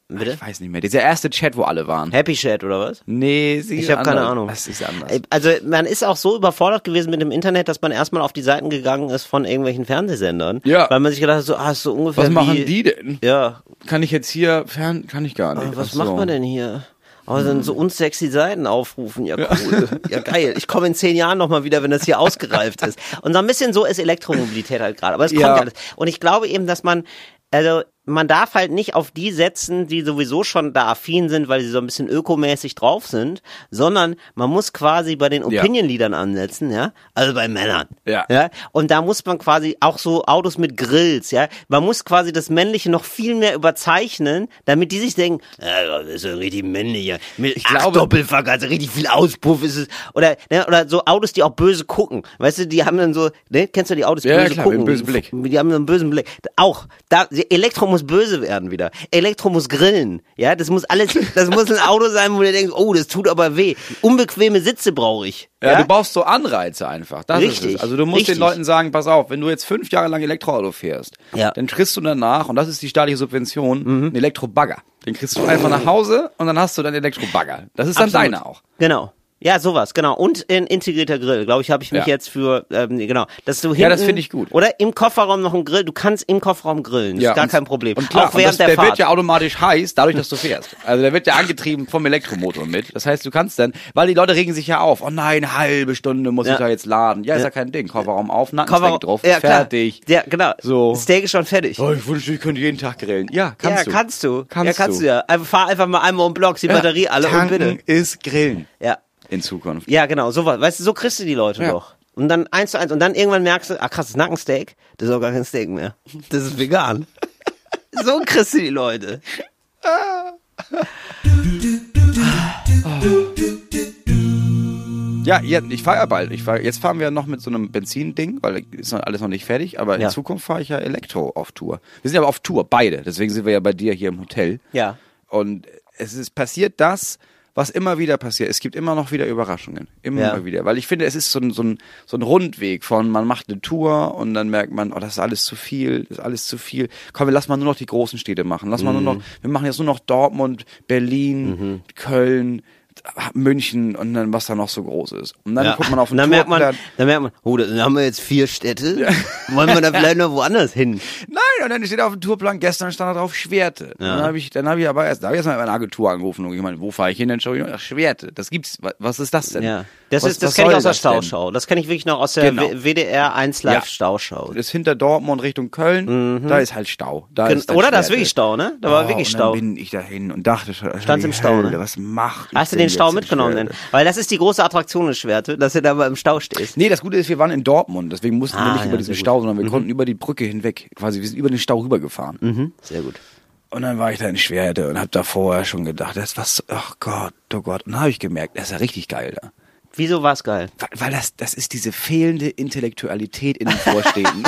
Speaker 1: Bitte?
Speaker 2: Ich weiß nicht mehr. Dieser erste Chat, wo alle waren.
Speaker 1: Happy Chat oder was?
Speaker 2: Nee, sie
Speaker 1: Ich habe keine
Speaker 2: anders.
Speaker 1: Ahnung.
Speaker 2: Das ist anders.
Speaker 1: Also man ist auch so überfordert gewesen mit dem Internet, dass man erstmal auf die Seiten gegangen ist von irgendwelchen Fernsehsendern.
Speaker 2: Ja.
Speaker 1: Weil man sich gedacht hat, so, ah, ist so ungefähr
Speaker 2: Was machen
Speaker 1: wie,
Speaker 2: die denn?
Speaker 1: Ja,
Speaker 2: Kann ich jetzt hier fern? Kann ich gar
Speaker 1: Ah,
Speaker 2: nicht.
Speaker 1: was
Speaker 2: Ach so.
Speaker 1: macht man denn hier? Aber dann so unsexy Seiten aufrufen, ja cool, ja geil. Ich komme in zehn Jahren nochmal wieder, wenn das hier ausgereift ist. Und so ein bisschen so ist Elektromobilität halt gerade. Aber es kommt
Speaker 2: Ja.
Speaker 1: ja alles. Und ich glaube eben, dass man, also man darf halt nicht auf die setzen, die sowieso schon da affin sind, weil sie so ein bisschen ökomäßig drauf sind, sondern man muss quasi bei den
Speaker 2: Ja.
Speaker 1: Opinion-Leadern ansetzen, ja, also bei Männern.
Speaker 2: Ja.
Speaker 1: ja. Und da muss man quasi auch so Autos mit Grills, ja. Man muss quasi das Männliche noch viel mehr überzeichnen, damit die sich denken, äh, das ist ja richtig männlich. Mit ich
Speaker 2: glaube-
Speaker 1: Doppelfuck, also richtig viel Auspuff ist es. Oder, ne, oder so Autos, die auch böse gucken. Weißt du, die haben dann so, ne, kennst du die Autos, die
Speaker 2: Ja, ja,
Speaker 1: böse
Speaker 2: klar, mit
Speaker 1: gucken?
Speaker 2: einem bösen Blick.
Speaker 1: Die haben so einen bösen Blick. Auch, da, Elektro muss böse werden wieder. Elektro muss grillen. Ja, das muss alles, das muss ein Auto sein, wo du denkst, oh, das tut aber weh. Unbequeme Sitze brauche ich.
Speaker 2: Ja, du brauchst so Anreize einfach. Das Ist
Speaker 1: Richtig,
Speaker 2: es. Also du musst
Speaker 1: richtig.
Speaker 2: den Leuten sagen, pass auf, wenn du jetzt fünf Jahre lang Elektroauto fährst,
Speaker 1: Ja. Mhm.
Speaker 2: dann kriegst du danach, und das ist die staatliche Subvention, einen Elektrobagger. Den kriegst du einfach nach Hause und dann hast du deinen Elektrobagger. Das ist dann
Speaker 1: Absolut.
Speaker 2: deiner auch.
Speaker 1: Genau. Ja, sowas, genau. Und ein integrierter Grill, glaube ich, habe ich mich
Speaker 2: Ja.
Speaker 1: jetzt für, ähm, genau, dass du hinten,
Speaker 2: Ja, das finde ich gut.
Speaker 1: Oder im Kofferraum noch einen Grill, du kannst im Kofferraum grillen, ist gar
Speaker 2: und-
Speaker 1: kein Problem.
Speaker 2: Und klar,
Speaker 1: auch während
Speaker 2: und das,
Speaker 1: der,
Speaker 2: der
Speaker 1: Fahrt.
Speaker 2: wird ja automatisch heiß, dadurch, dass du fährst. Also der wird ja angetrieben vom Elektromotor mit. Das heißt, du kannst dann, weil die Leute regen sich ja auf. Oh nein, halbe Stunde muss ich
Speaker 1: Ja.
Speaker 2: da jetzt laden. Ja, ist ja kein Ding. Kofferraum auf,
Speaker 1: Kofferraum,
Speaker 2: Nackensteck drauf,
Speaker 1: ja, klar.
Speaker 2: fertig.
Speaker 1: Ja, genau.
Speaker 2: So.
Speaker 1: Steak ist schon fertig.
Speaker 2: Oh, ich wünschte, ich könnte jeden Tag grillen. Ja, kannst
Speaker 1: ja,
Speaker 2: du.
Speaker 1: kannst du.
Speaker 2: Kannst
Speaker 1: ja, kannst du. ja. Einfach, fahr einfach mal einmal um den Block, die Batterie alle und
Speaker 2: Tanken
Speaker 1: bitte.
Speaker 2: ist Grillen
Speaker 1: Ja.
Speaker 2: in Zukunft.
Speaker 1: Ja, genau, sowas. Weißt du, so kriegst du die Leute
Speaker 2: Ja.
Speaker 1: doch. Und dann eins zu eins. Und dann irgendwann merkst du, ah krass, das Nackensteak, das ist auch gar kein Steak mehr. Das ist vegan. so kriegst du die Leute.
Speaker 2: Ja, ja ich fahre ja bald. Ich fahr, jetzt fahren wir noch mit so einem Benzin-Ding, weil ist noch alles noch nicht fertig. Aber
Speaker 1: Ja.
Speaker 2: in Zukunft fahre ich ja Elektro auf Tour. Wir sind aber auf Tour, beide. Deswegen sind wir ja bei dir hier im Hotel.
Speaker 1: Ja.
Speaker 2: Und es ist passiert das, was immer wieder passiert. Es gibt immer noch wieder Überraschungen. Immer
Speaker 1: Ja.
Speaker 2: wieder. Weil ich finde, es ist so ein, so, ein, so ein Rundweg von, man macht eine Tour und dann merkt man, oh, das ist alles zu viel, das ist alles zu viel. Komm, wir lassen mal nur noch die großen Städte machen. Lass mal
Speaker 1: Mhm.
Speaker 2: nur noch, wir machen jetzt nur noch Dortmund, Berlin, Köln, München und dann, was da noch so groß ist. Und dann
Speaker 1: Ja.
Speaker 2: guckt man auf den
Speaker 1: Und dann merkt man,
Speaker 2: Tourplan.
Speaker 1: dann merkt man, oh, dann haben wir jetzt vier Städte. Wollen wir da vielleicht noch woanders hin?
Speaker 2: Nein, und dann steht auf dem Tourplan, gestern stand da drauf Schwerte. Dann habe ich, dann habe ich aber erst, da habe ich erst mal eine Agentur angerufen und ich meine, wo fahre ich hin? Dann schaue ich, ach, Schwerte. Das gibt's, wa- was ist das denn?
Speaker 1: Ja. Das
Speaker 2: was,
Speaker 1: ist, das
Speaker 2: was
Speaker 1: kenne ich
Speaker 2: soll
Speaker 1: aus der
Speaker 2: denn?
Speaker 1: Stauschau. Das kenne ich wirklich noch aus der
Speaker 2: Genau.
Speaker 1: W- WDR 1 Live
Speaker 2: Ja.
Speaker 1: Stauschau. Mhm.
Speaker 2: Ist hinter Dortmund Richtung Köln, da ist halt Stau. Da
Speaker 1: Gen-
Speaker 2: ist dann
Speaker 1: Oder da ist
Speaker 2: Schwerte.
Speaker 1: wirklich Stau, ne? Da war
Speaker 2: Oh,
Speaker 1: wirklich
Speaker 2: und
Speaker 1: Stau.
Speaker 2: Dann bin ich dahin und dachte schon,
Speaker 1: Stand's im Stau, ne?
Speaker 2: Was macht
Speaker 1: Hast du den Stau mitgenommen denn? Weil das ist die große Attraktion des Schwerte, dass du da mal im Stau stehst.
Speaker 2: Nee, das Gute ist, wir waren in Dortmund, deswegen mussten wir
Speaker 1: Ah,
Speaker 2: nicht
Speaker 1: ja,
Speaker 2: über diesen
Speaker 1: sehr
Speaker 2: Stau, sondern wir konnten über die Brücke hinweg. Quasi, wir sind über den Stau rübergefahren.
Speaker 1: Sehr gut.
Speaker 2: Und dann war ich da in Schwerte und hab da vorher schon gedacht, das was, ach Gott, oh Gott. Und dann habe ich gemerkt, das ist ja richtig geil da.
Speaker 1: Wieso war's geil?
Speaker 2: Weil, weil das, das ist diese fehlende Intellektualität in den Vorstädten.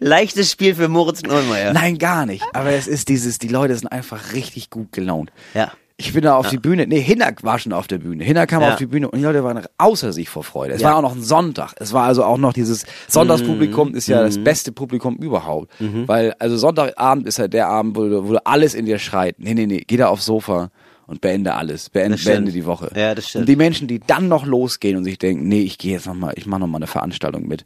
Speaker 1: Leichtes Spiel für Moritz Neumeier.
Speaker 2: Nein, gar nicht. Aber es ist dieses, die Leute sind einfach richtig gut gelaunt.
Speaker 1: Ja.
Speaker 2: Ich bin da auf die Bühne, nee, Hinak war schon auf der Bühne. Hinak kam
Speaker 1: Ja.
Speaker 2: auf die Bühne und die Leute waren außer sich vor Freude. Es
Speaker 1: Ja.
Speaker 2: war auch noch ein Sonntag. Es war also auch noch dieses
Speaker 1: Mhm.
Speaker 2: Sonntagspublikum ist ja das beste Publikum überhaupt. Weil, also Sonntagabend ist ja der Abend, wo, du- wo du alles in dir schreit. Nee, nee, nee, geh da aufs Sofa. Und beende alles, beende,
Speaker 1: stimmt.
Speaker 2: beende die Woche.
Speaker 1: Ja, das stimmt.
Speaker 2: Und die Menschen, die dann noch losgehen und sich denken, nee, ich gehe jetzt nochmal, ich mache nochmal eine Veranstaltung mit,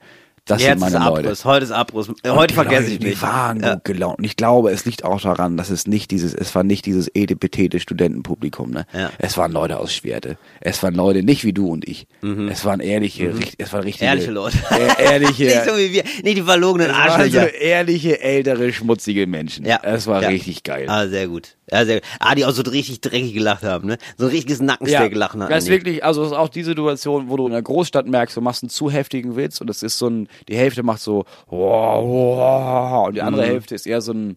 Speaker 2: Das
Speaker 1: Jetzt
Speaker 2: sind meine
Speaker 1: ist
Speaker 2: Leute.
Speaker 1: Abriss. Heute ist Abriss. Äh, Heute
Speaker 2: Die
Speaker 1: vergesse
Speaker 2: Leute,
Speaker 1: ich
Speaker 2: Die
Speaker 1: nicht.
Speaker 2: waren
Speaker 1: Ja.
Speaker 2: gut gelaunt. Und ich glaube, es liegt auch daran, dass es nicht dieses, es war nicht dieses edepetete Studentenpublikum, ne?
Speaker 1: Ja.
Speaker 2: Es waren Leute aus Schwerte. Es waren Leute nicht wie du und ich. Es waren ehrliche, richt- es waren richtige.
Speaker 1: Mhm. Ehrliche Leute.
Speaker 2: Äh, ehrliche.
Speaker 1: Nicht so wie wir. Nee, die verlogenen
Speaker 2: es waren so
Speaker 1: Arschlöcher.
Speaker 2: ehrliche, ältere, schmutzige Menschen.
Speaker 1: Ja.
Speaker 2: Es war
Speaker 1: ja.
Speaker 2: richtig geil.
Speaker 1: Ah, sehr gut. Ja, sehr gut. Ah, die auch so richtig dreckig gelacht haben, ne? So ein richtiges Nackensteak gelachen haben.
Speaker 2: Das ist
Speaker 1: die.
Speaker 2: wirklich, also es ist auch die Situation, wo du in der Großstadt merkst, du machst einen zu heftigen Witz und es ist so ein, die Hälfte macht so wow, wow, und die
Speaker 1: Mhm.
Speaker 2: andere Hälfte ist eher so ein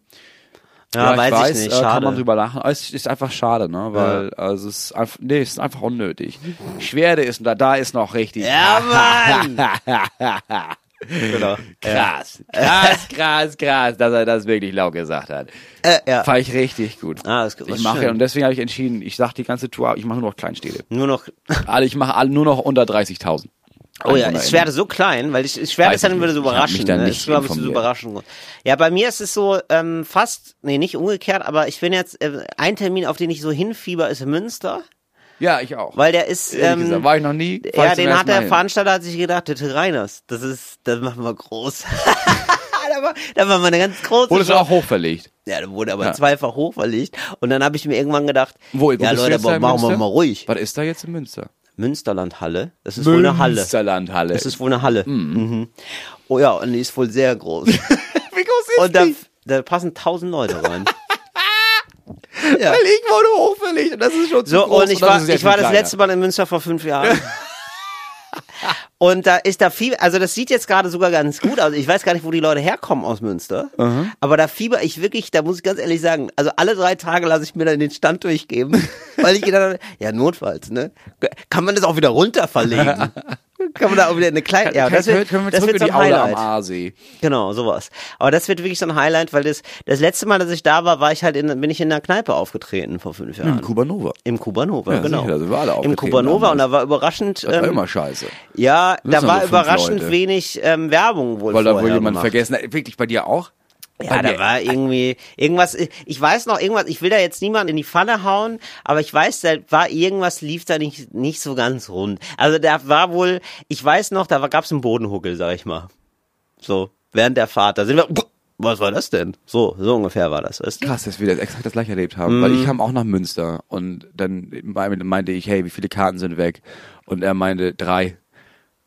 Speaker 1: Ja, weiß ich
Speaker 2: äh,
Speaker 1: nicht,
Speaker 2: Kann
Speaker 1: schade.
Speaker 2: man drüber lachen. Aber Es ist einfach schade, ne? Weil also es ist einfach, nee, es ist einfach unnötig. Schwerde ist da, da ist noch richtig.
Speaker 1: Ja, Mann! genau.
Speaker 2: Krass, krass, krass, krass, dass er das wirklich laut gesagt hat.
Speaker 1: Äh, ja.
Speaker 2: Fand ich richtig gut.
Speaker 1: Ah, das- das
Speaker 2: ich
Speaker 1: ist
Speaker 2: mache
Speaker 1: schön.
Speaker 2: und deswegen habe ich entschieden, ich sage die ganze Tour, ich mache nur noch Kleinstädte.
Speaker 1: Nur noch.
Speaker 2: Alle, ich mache alle nur noch unter 30.000.
Speaker 1: Oh ja,
Speaker 2: Einwohner
Speaker 1: ist Schwerte so klein, weil ich, ich Schwerte
Speaker 2: Weiß
Speaker 1: ist dann
Speaker 2: ich
Speaker 1: immer
Speaker 2: nicht.
Speaker 1: so
Speaker 2: Ich hab mich
Speaker 1: überraschend.
Speaker 2: da
Speaker 1: ne?
Speaker 2: nicht
Speaker 1: ist, glaube ich, so
Speaker 2: informiert.
Speaker 1: überraschend. Ja, bei mir ist es so ähm, fast, nee, nicht umgekehrt, aber ich bin jetzt, äh, ein Termin, auf den ich so hinfieber, ist Münster,
Speaker 2: Ja, ich auch.
Speaker 1: weil der ist,
Speaker 2: Ehrlich
Speaker 1: ähm,
Speaker 2: gesagt, war ich noch nie. fahr ich
Speaker 1: ja,
Speaker 2: zum
Speaker 1: den
Speaker 2: ersten
Speaker 1: hat der
Speaker 2: Mal hin.
Speaker 1: Veranstalter hat sich gedacht, der Till Reiners, das ist, das machen wir groß. da, war, da war mal eine ganz große
Speaker 2: Wurde es
Speaker 1: Show.
Speaker 2: auch hochverlegt.
Speaker 1: Ja, da wurde aber
Speaker 2: Ja.
Speaker 1: zweifach hochverlegt. Und dann habe ich mir irgendwann gedacht,
Speaker 2: Wo, wo
Speaker 1: ja
Speaker 2: bist du
Speaker 1: Leute,
Speaker 2: jetzt da
Speaker 1: aber
Speaker 2: in
Speaker 1: machen wir
Speaker 2: Münster?
Speaker 1: mal ruhig.
Speaker 2: Was ist da jetzt in Münster?
Speaker 1: Münsterlandhalle, das ist wohl eine Halle.
Speaker 2: Münsterlandhalle.
Speaker 1: Das ist wohl eine Halle.
Speaker 2: Hm.
Speaker 1: Mhm. Oh ja, und die ist wohl sehr groß.
Speaker 2: wie groß ist
Speaker 1: und da, da passen tausend Leute rein. ja.
Speaker 2: Weil ich wurde hochverlegt und das ist schon zu
Speaker 1: So,
Speaker 2: groß.
Speaker 1: und ich
Speaker 2: das
Speaker 1: war,
Speaker 2: ist jetzt
Speaker 1: ich war
Speaker 2: viel
Speaker 1: das
Speaker 2: kleiner.
Speaker 1: letzte Mal in Münster vor fünf Jahren. Und da ist da viel, also das sieht jetzt gerade sogar ganz gut aus. Ich weiß gar nicht, wo die Leute herkommen aus Münster. Aber da fieber ich wirklich, da muss ich ganz ehrlich sagen, also alle drei Tage lasse ich mir dann den Stand durchgeben, weil ich gedacht habe, ja, notfalls, ne? Kann man das auch wieder runter verlegen? Kann man da auch wieder eine kleine, ja,
Speaker 2: Kann-
Speaker 1: das wird,
Speaker 2: können wir
Speaker 1: das
Speaker 2: zurück
Speaker 1: wird
Speaker 2: in
Speaker 1: so
Speaker 2: die
Speaker 1: ein
Speaker 2: Aula am
Speaker 1: Highlight.
Speaker 2: Aasee.
Speaker 1: Genau, sowas. Aber das wird wirklich so ein Highlight, weil das, das letzte Mal, dass ich da war, war ich halt in, bin ich in einer Kneipe aufgetreten vor fünf Jahren.
Speaker 2: Kubanova.
Speaker 1: Im Kubanova,
Speaker 2: Ja,
Speaker 1: genau.
Speaker 2: sicher, da sind wir alle
Speaker 1: Im
Speaker 2: aufgetreten
Speaker 1: Kubanova
Speaker 2: damals.
Speaker 1: und da war überraschend,
Speaker 2: Das war
Speaker 1: ähm,
Speaker 2: immer scheiße.
Speaker 1: ja, da
Speaker 2: sind nur
Speaker 1: war
Speaker 2: fünf
Speaker 1: überraschend
Speaker 2: Leute.
Speaker 1: wenig ähm, Werbung wohl
Speaker 2: Weil da
Speaker 1: vorher
Speaker 2: wohl jemand
Speaker 1: gemacht.
Speaker 2: vergessen äh, hat. Wirklich, bei dir auch?
Speaker 1: Ja,
Speaker 2: bei
Speaker 1: da
Speaker 2: mir-
Speaker 1: war irgendwie irgendwas. Ich weiß noch irgendwas. Ich will da jetzt niemanden in die Pfanne hauen, aber ich weiß, da war irgendwas lief da nicht nicht so ganz rund. Also da war wohl. Ich weiß noch, da gab es einen Bodenhuckel, sag ich mal. So während der Fahrt. Da sind wir. Was war das denn? So so ungefähr war das. Weißt du?
Speaker 2: Krass, dass wir das exakt das gleiche erlebt haben,
Speaker 1: Mhm.
Speaker 2: weil ich kam auch nach Münster und dann meinte ich, hey, wie viele Karten sind weg? Und er meinte drei.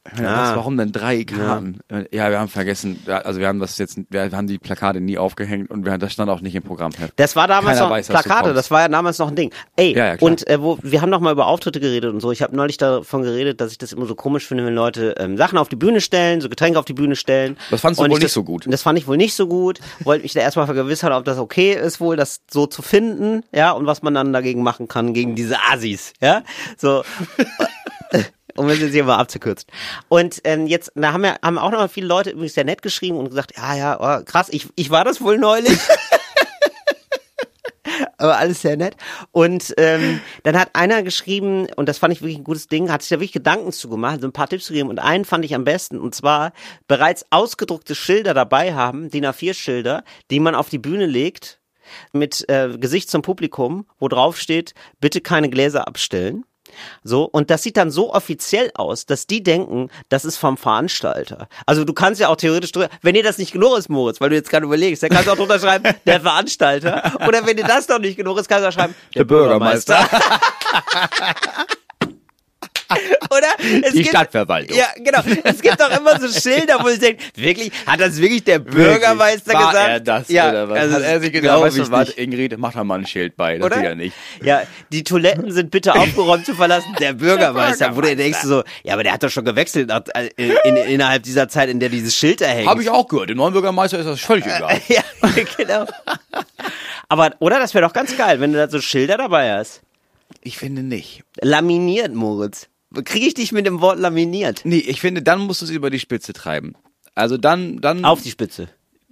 Speaker 2: Ich meine,
Speaker 1: Ah.
Speaker 2: Was, warum denn drei Karten? Ja. wir haben vergessen, ja, also wir haben das jetzt, wir haben die Plakate nie aufgehängt und wir, das stand auch nicht im Programm.
Speaker 1: Das war damals
Speaker 2: Keiner
Speaker 1: noch
Speaker 2: weiß, dass du
Speaker 1: Plakate,
Speaker 2: kommst.
Speaker 1: das war ja damals noch ein Ding. Ey,
Speaker 2: Ja, ja, klar.
Speaker 1: und äh, wo, wir haben noch mal über Auftritte geredet und so. Ich habe neulich davon geredet, dass ich das immer so komisch finde, wenn Leute ähm, Sachen auf die Bühne stellen, so Getränke auf die Bühne stellen.
Speaker 2: Das fandst du
Speaker 1: Und
Speaker 2: wohl
Speaker 1: ich
Speaker 2: nicht
Speaker 1: das,
Speaker 2: so gut.
Speaker 1: Das fand ich wohl nicht so gut. Wollte mich da erstmal vergewissern, ob das okay ist, wohl das so zu finden, ja, und was man dann dagegen machen kann, gegen diese Asis, ja. So, um das jetzt hier mal abzukürzen. Und ähm, jetzt, da haben ja haben auch noch mal viele Leute übrigens sehr nett geschrieben und gesagt, ja, ja, oh, krass, ich, ich war das wohl neulich. Aber alles sehr nett. Und ähm, dann hat einer geschrieben, und das fand ich wirklich ein gutes Ding, hat sich da wirklich Gedanken zu gemacht, so ein paar Tipps gegeben. Und einen fand ich am besten, und zwar bereits ausgedruckte Schilder dabei haben, DIN A4-Schilder, die man auf die Bühne legt, mit äh, Gesicht zum Publikum, wo drauf steht, bitte keine Gläser abstellen. So, und das sieht dann so offiziell aus, dass die denken, das ist vom Veranstalter. Also du kannst ja auch theoretisch drüber, wenn dir das nicht genug ist, Moritz, weil du jetzt gerade überlegst, dann kannst du auch drunter schreiben, der Veranstalter. Oder wenn dir das noch nicht genug ist, kannst du auch schreiben, der, Bürgermeister. Oder? Es
Speaker 2: Die
Speaker 1: gibt-
Speaker 2: Stadtverwaltung.
Speaker 1: Ja, genau. Es gibt doch immer so Schilder, wo ich denke, wirklich, hat das wirklich der Bürgermeister
Speaker 2: War
Speaker 1: gesagt?
Speaker 2: Er das,
Speaker 1: ja,
Speaker 2: oder was?
Speaker 1: also
Speaker 2: Hat
Speaker 1: das
Speaker 2: er sich genau gedacht,
Speaker 1: glaub
Speaker 2: weißt
Speaker 1: ich
Speaker 2: du was,
Speaker 1: nicht.
Speaker 2: Ingrid, mach da mal ein Schild bei, das geht ja nicht.
Speaker 1: Ja, die Toiletten sind bitte aufgeräumt zu verlassen. Der Bürgermeister, wo du dir denkst so, ja, aber der hat doch schon gewechselt nach, äh, in, innerhalb dieser Zeit, in der dieses Schild erhängt.
Speaker 2: Habe ich auch gehört, dem neuen Bürgermeister ist das völlig
Speaker 1: Äh,
Speaker 2: egal.
Speaker 1: ja, genau. Aber, oder? Das wäre doch ganz geil, wenn du da so Schilder dabei hast.
Speaker 2: Ich finde nicht.
Speaker 1: Laminiert, Moritz. Kriege ich dich mit dem Wort laminiert?
Speaker 2: Nee, ich finde, dann musst du es über die Spitze treiben. Also dann, dann.
Speaker 1: Auf die Spitze.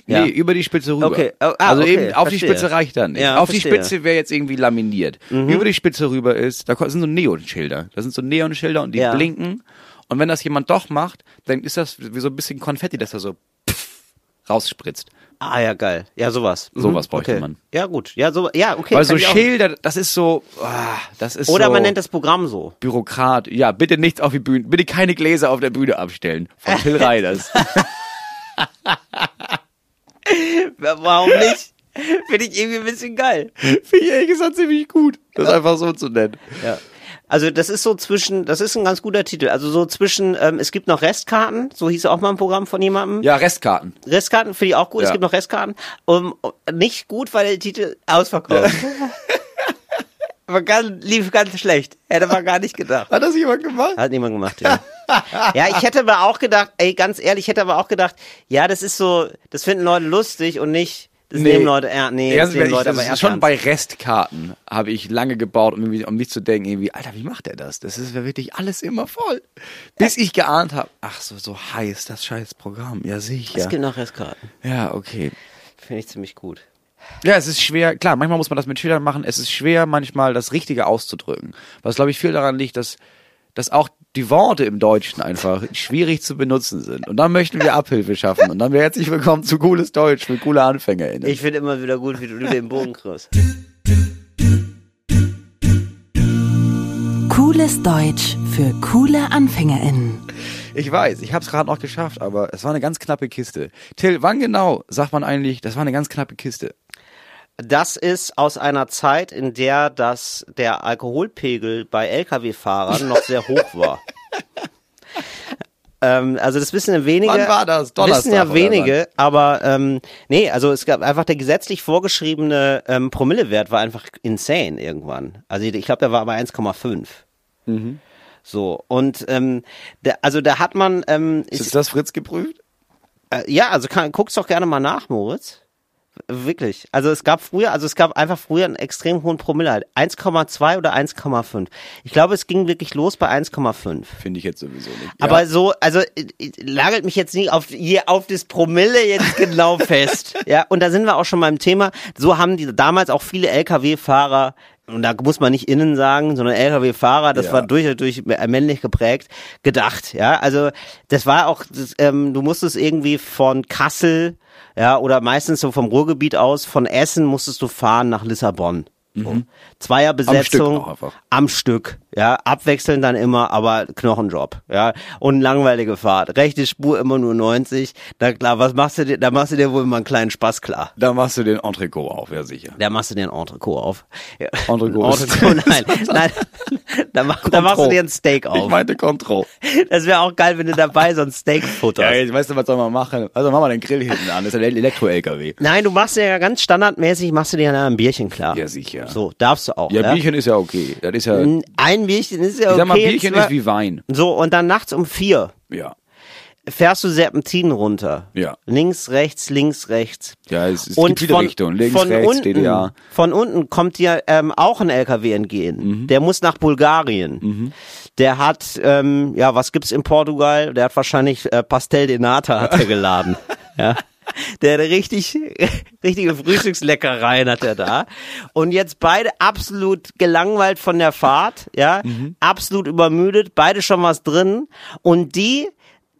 Speaker 1: Ja.
Speaker 2: Nee, über die Spitze rüber.
Speaker 1: Okay, oh, ah,
Speaker 2: also
Speaker 1: okay,
Speaker 2: eben auf die
Speaker 1: verstehe.
Speaker 2: Spitze reicht dann nicht.
Speaker 1: Ja,
Speaker 2: auf die
Speaker 1: verstehe. Mhm.
Speaker 2: Spitze wäre jetzt irgendwie laminiert. Über die Spitze rüber ist, da ko- sind so Neonschilder. Da sind so Neonschilder und die
Speaker 1: Ja.
Speaker 2: blinken. Und wenn das jemand doch macht, dann ist das wie so ein bisschen Konfetti, dass er so pff, rausspritzt.
Speaker 1: Ah, ja, geil. Ja, sowas. Mhm,
Speaker 2: Sowas bräuchte
Speaker 1: okay.
Speaker 2: man.
Speaker 1: Ja, gut. Ja, so, ja, okay.
Speaker 2: Weil
Speaker 1: kann
Speaker 2: so
Speaker 1: ich auch-
Speaker 2: Schilder, das ist so, ah, das ist
Speaker 1: Oder
Speaker 2: so
Speaker 1: man nennt das Programm so.
Speaker 2: Bürokrat. Ja, bitte nichts auf die Bühne, bitte keine Gläser auf der Bühne abstellen. Von Till Reiners.
Speaker 1: Warum nicht? Finde ich irgendwie ein bisschen geil.
Speaker 2: Finde ich ehrlich gesagt ziemlich gut, das einfach so zu nennen.
Speaker 1: Ja. Also das ist so zwischen, das ist ein ganz guter Titel. Also so zwischen, ähm, es gibt noch Restkarten, so hieß auch mal ein Programm von jemandem.
Speaker 2: Ja, Restkarten.
Speaker 1: Restkarten finde ich auch gut,
Speaker 2: Ja.
Speaker 1: es gibt noch Restkarten. Um, um, nicht gut, weil der Titel ausverkauft. Aber ganz, lief ganz schlecht. Hätte man gar nicht gedacht.
Speaker 2: Hat das jemand gemacht?
Speaker 1: Hat niemand gemacht, ja. ja, ich hätte aber auch gedacht, ey, ganz ehrlich, ich hätte aber auch gedacht, ja, das ist so, das finden Leute lustig und nicht, das
Speaker 2: Nee.
Speaker 1: nehmen Leute, ja, nee, das
Speaker 2: Ganz
Speaker 1: nehmen
Speaker 2: ehrlich,
Speaker 1: Leute
Speaker 2: das
Speaker 1: aber
Speaker 2: ist
Speaker 1: erst
Speaker 2: schon
Speaker 1: ernst.
Speaker 2: bei Restkarten habe ich lange gebaut, um, irgendwie- um nicht zu denken, irgendwie, Alter, wie macht er das? Das ist ja wirklich alles immer voll. Bis ich geahnt habe, ach so, so heiß das scheiß Programm. Ja,
Speaker 1: Es
Speaker 2: sicher.
Speaker 1: gibt noch Restkarten.
Speaker 2: Ja, okay.
Speaker 1: Finde ich ziemlich gut.
Speaker 2: Ja, es ist schwer. Klar, manchmal muss man das mit Schülern machen. Es ist schwer, manchmal das Richtige auszudrücken. Was, glaube ich, viel daran liegt, dass, dass auch die Worte im Deutschen einfach schwierig zu benutzen sind. Und dann möchten wir Abhilfe schaffen. Und dann wäre herzlich willkommen zu cooles Deutsch für coole AnfängerInnen.
Speaker 1: Ich finde immer wieder gut, wie du den Bogen kriegst.
Speaker 3: Cooles Deutsch für coole AnfängerInnen.
Speaker 2: Ich weiß, ich habe es gerade noch geschafft, aber es war eine ganz knappe Kiste. Till, wann genau sagt man eigentlich, das war eine ganz knappe Kiste?
Speaker 1: Das ist aus einer Zeit, in der das, der Alkoholpegel bei Lkw-Fahrern noch sehr hoch war. ähm, also das wissen ja wenige.
Speaker 2: Wann war das? Donnerstag
Speaker 1: Wissen ja
Speaker 2: oder
Speaker 1: wenige, aber ähm, nee, also es gab einfach der gesetzlich vorgeschriebene ähm, Promillewert war einfach insane irgendwann. Also ich glaube, der war bei 1,5.
Speaker 2: Mhm.
Speaker 1: So, und ähm, da, also da hat man, ähm,
Speaker 2: Ist, das Fritz geprüft?
Speaker 1: äh, Ja, also kann, guck's doch gerne mal nach, Moritz. Wirklich. Also es gab früher, also es gab einfach früher einen extrem hohen Promille. halt. 1,2 oder 1,5. Ich glaube, es ging wirklich los bei 1,5.
Speaker 2: Finde ich jetzt sowieso nicht.
Speaker 1: Aber
Speaker 2: ja.
Speaker 1: so, also äh, äh, lagert mich jetzt nicht auf, hier auf das Promille jetzt genau fest. Ja, und da sind wir auch schon beim Thema. So haben die damals auch viele Lkw-Fahrer, und da muss man nicht innen sagen, sondern Lkw-Fahrer, das
Speaker 2: Ja.
Speaker 1: war durch und durch äh, männlich geprägt, gedacht. Ja, also das war auch, das, ähm, du musstest irgendwie von Kassel, ja, oder meistens so vom Ruhrgebiet aus, von Essen musstest du fahren nach Lissabon. So.
Speaker 2: Mhm.
Speaker 1: Zweierbesetzung.
Speaker 2: Am Stück auch einfach.
Speaker 1: Am Stück, ja, abwechselnd dann immer, aber Knochenjob, ja, und langweilige Fahrt, rechte Spur immer nur 90, na klar, was machst du dir, da machst du dir wohl mal einen kleinen Spaß klar.
Speaker 2: Da machst du den Entrecot auf, ja sicher.
Speaker 1: Da machst du dir einen Entrecot auf. Ja.
Speaker 2: Entrecot ist-
Speaker 1: Entrecot, nein, nein, da, mach, da machst du dir ein Steak
Speaker 2: Ich
Speaker 1: auf.
Speaker 2: meinte Control.
Speaker 1: Das wäre auch geil, wenn du dabei so ein Steak
Speaker 2: Ja,
Speaker 1: futterst.
Speaker 2: jetzt weißt du, was soll man machen? Also machen wir den Grill hinten an, das ist ein Elektro-LKW.
Speaker 1: Nein, du machst dir ja ganz standardmäßig, machst du dir ja ein Bierchen klar.
Speaker 2: Ja, sicher.
Speaker 1: So, darfst du auch,
Speaker 2: Ja,
Speaker 1: ne?
Speaker 2: Bierchen ist ja okay. Das ist ja, ich
Speaker 1: Ein Bierchen ist ja Mm, okay.
Speaker 2: sag mal, Bierchen
Speaker 1: zwar-
Speaker 2: ist wie Wein.
Speaker 1: so, und dann nachts um vier.
Speaker 2: Ja.
Speaker 1: fährst du Serpentinen runter.
Speaker 2: Ja,
Speaker 1: Links, rechts, links, rechts.
Speaker 2: ja es, es gibt viele Richtungen. Links,
Speaker 1: von
Speaker 2: rechts,
Speaker 1: unten,
Speaker 2: DDR.
Speaker 1: Von unten kommt dir ähm, auch ein LKW
Speaker 2: Mhm.
Speaker 1: entgehen. Der muss nach Bulgarien. Der hat, ähm, ja, was gibt's in Portugal? Der hat wahrscheinlich äh, Pastel de Nata hat er geladen. ja. Der hatte richtig, richtige Frühstücksleckereien hat er da. Und jetzt beide absolut gelangweilt von der Fahrt, ja,
Speaker 2: Mhm.
Speaker 1: absolut übermüdet, beide schon was drin. Und die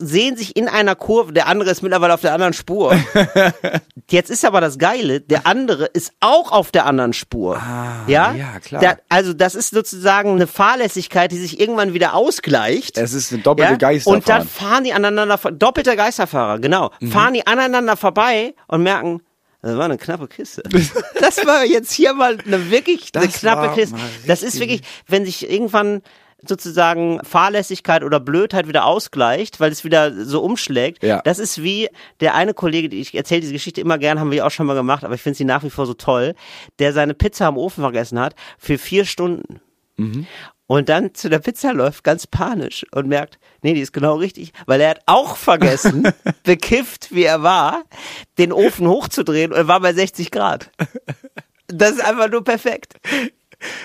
Speaker 1: sehen sich in einer Kurve, der andere ist mittlerweile auf der anderen Spur. Jetzt ist aber das Geile, der andere ist auch auf der anderen Spur. ja?
Speaker 2: Ah, ja, klar.
Speaker 1: Da, also das ist sozusagen eine Fahrlässigkeit, die sich irgendwann wieder ausgleicht.
Speaker 2: Es ist eine doppelte Geisterfahrt.
Speaker 1: Und dann fahren die aneinander, vor- doppelter Geisterfahrer, genau.
Speaker 2: Mhm.
Speaker 1: Fahren die aneinander vorbei und merken, das war eine knappe Kiste. Das war jetzt hier mal eine wirklich eine
Speaker 2: Das
Speaker 1: knappe
Speaker 2: war
Speaker 1: Kiste.
Speaker 2: mal
Speaker 1: Das ist wirklich, wenn sich irgendwann sozusagen Fahrlässigkeit oder Blödheit wieder ausgleicht, weil es wieder so umschlägt.
Speaker 2: Ja.
Speaker 1: Das ist wie der eine Kollege, die- ich erzähle diese Geschichte immer gern, haben wir auch schon mal gemacht, aber ich finde sie nach wie vor so toll, der seine Pizza am Ofen vergessen hat für vier Stunden und dann zu der Pizza läuft, ganz panisch und merkt, nee, die ist genau richtig, weil er hat auch vergessen, bekifft wie er war, den Ofen hochzudrehen und er war bei 60 Grad. Das ist einfach nur perfekt.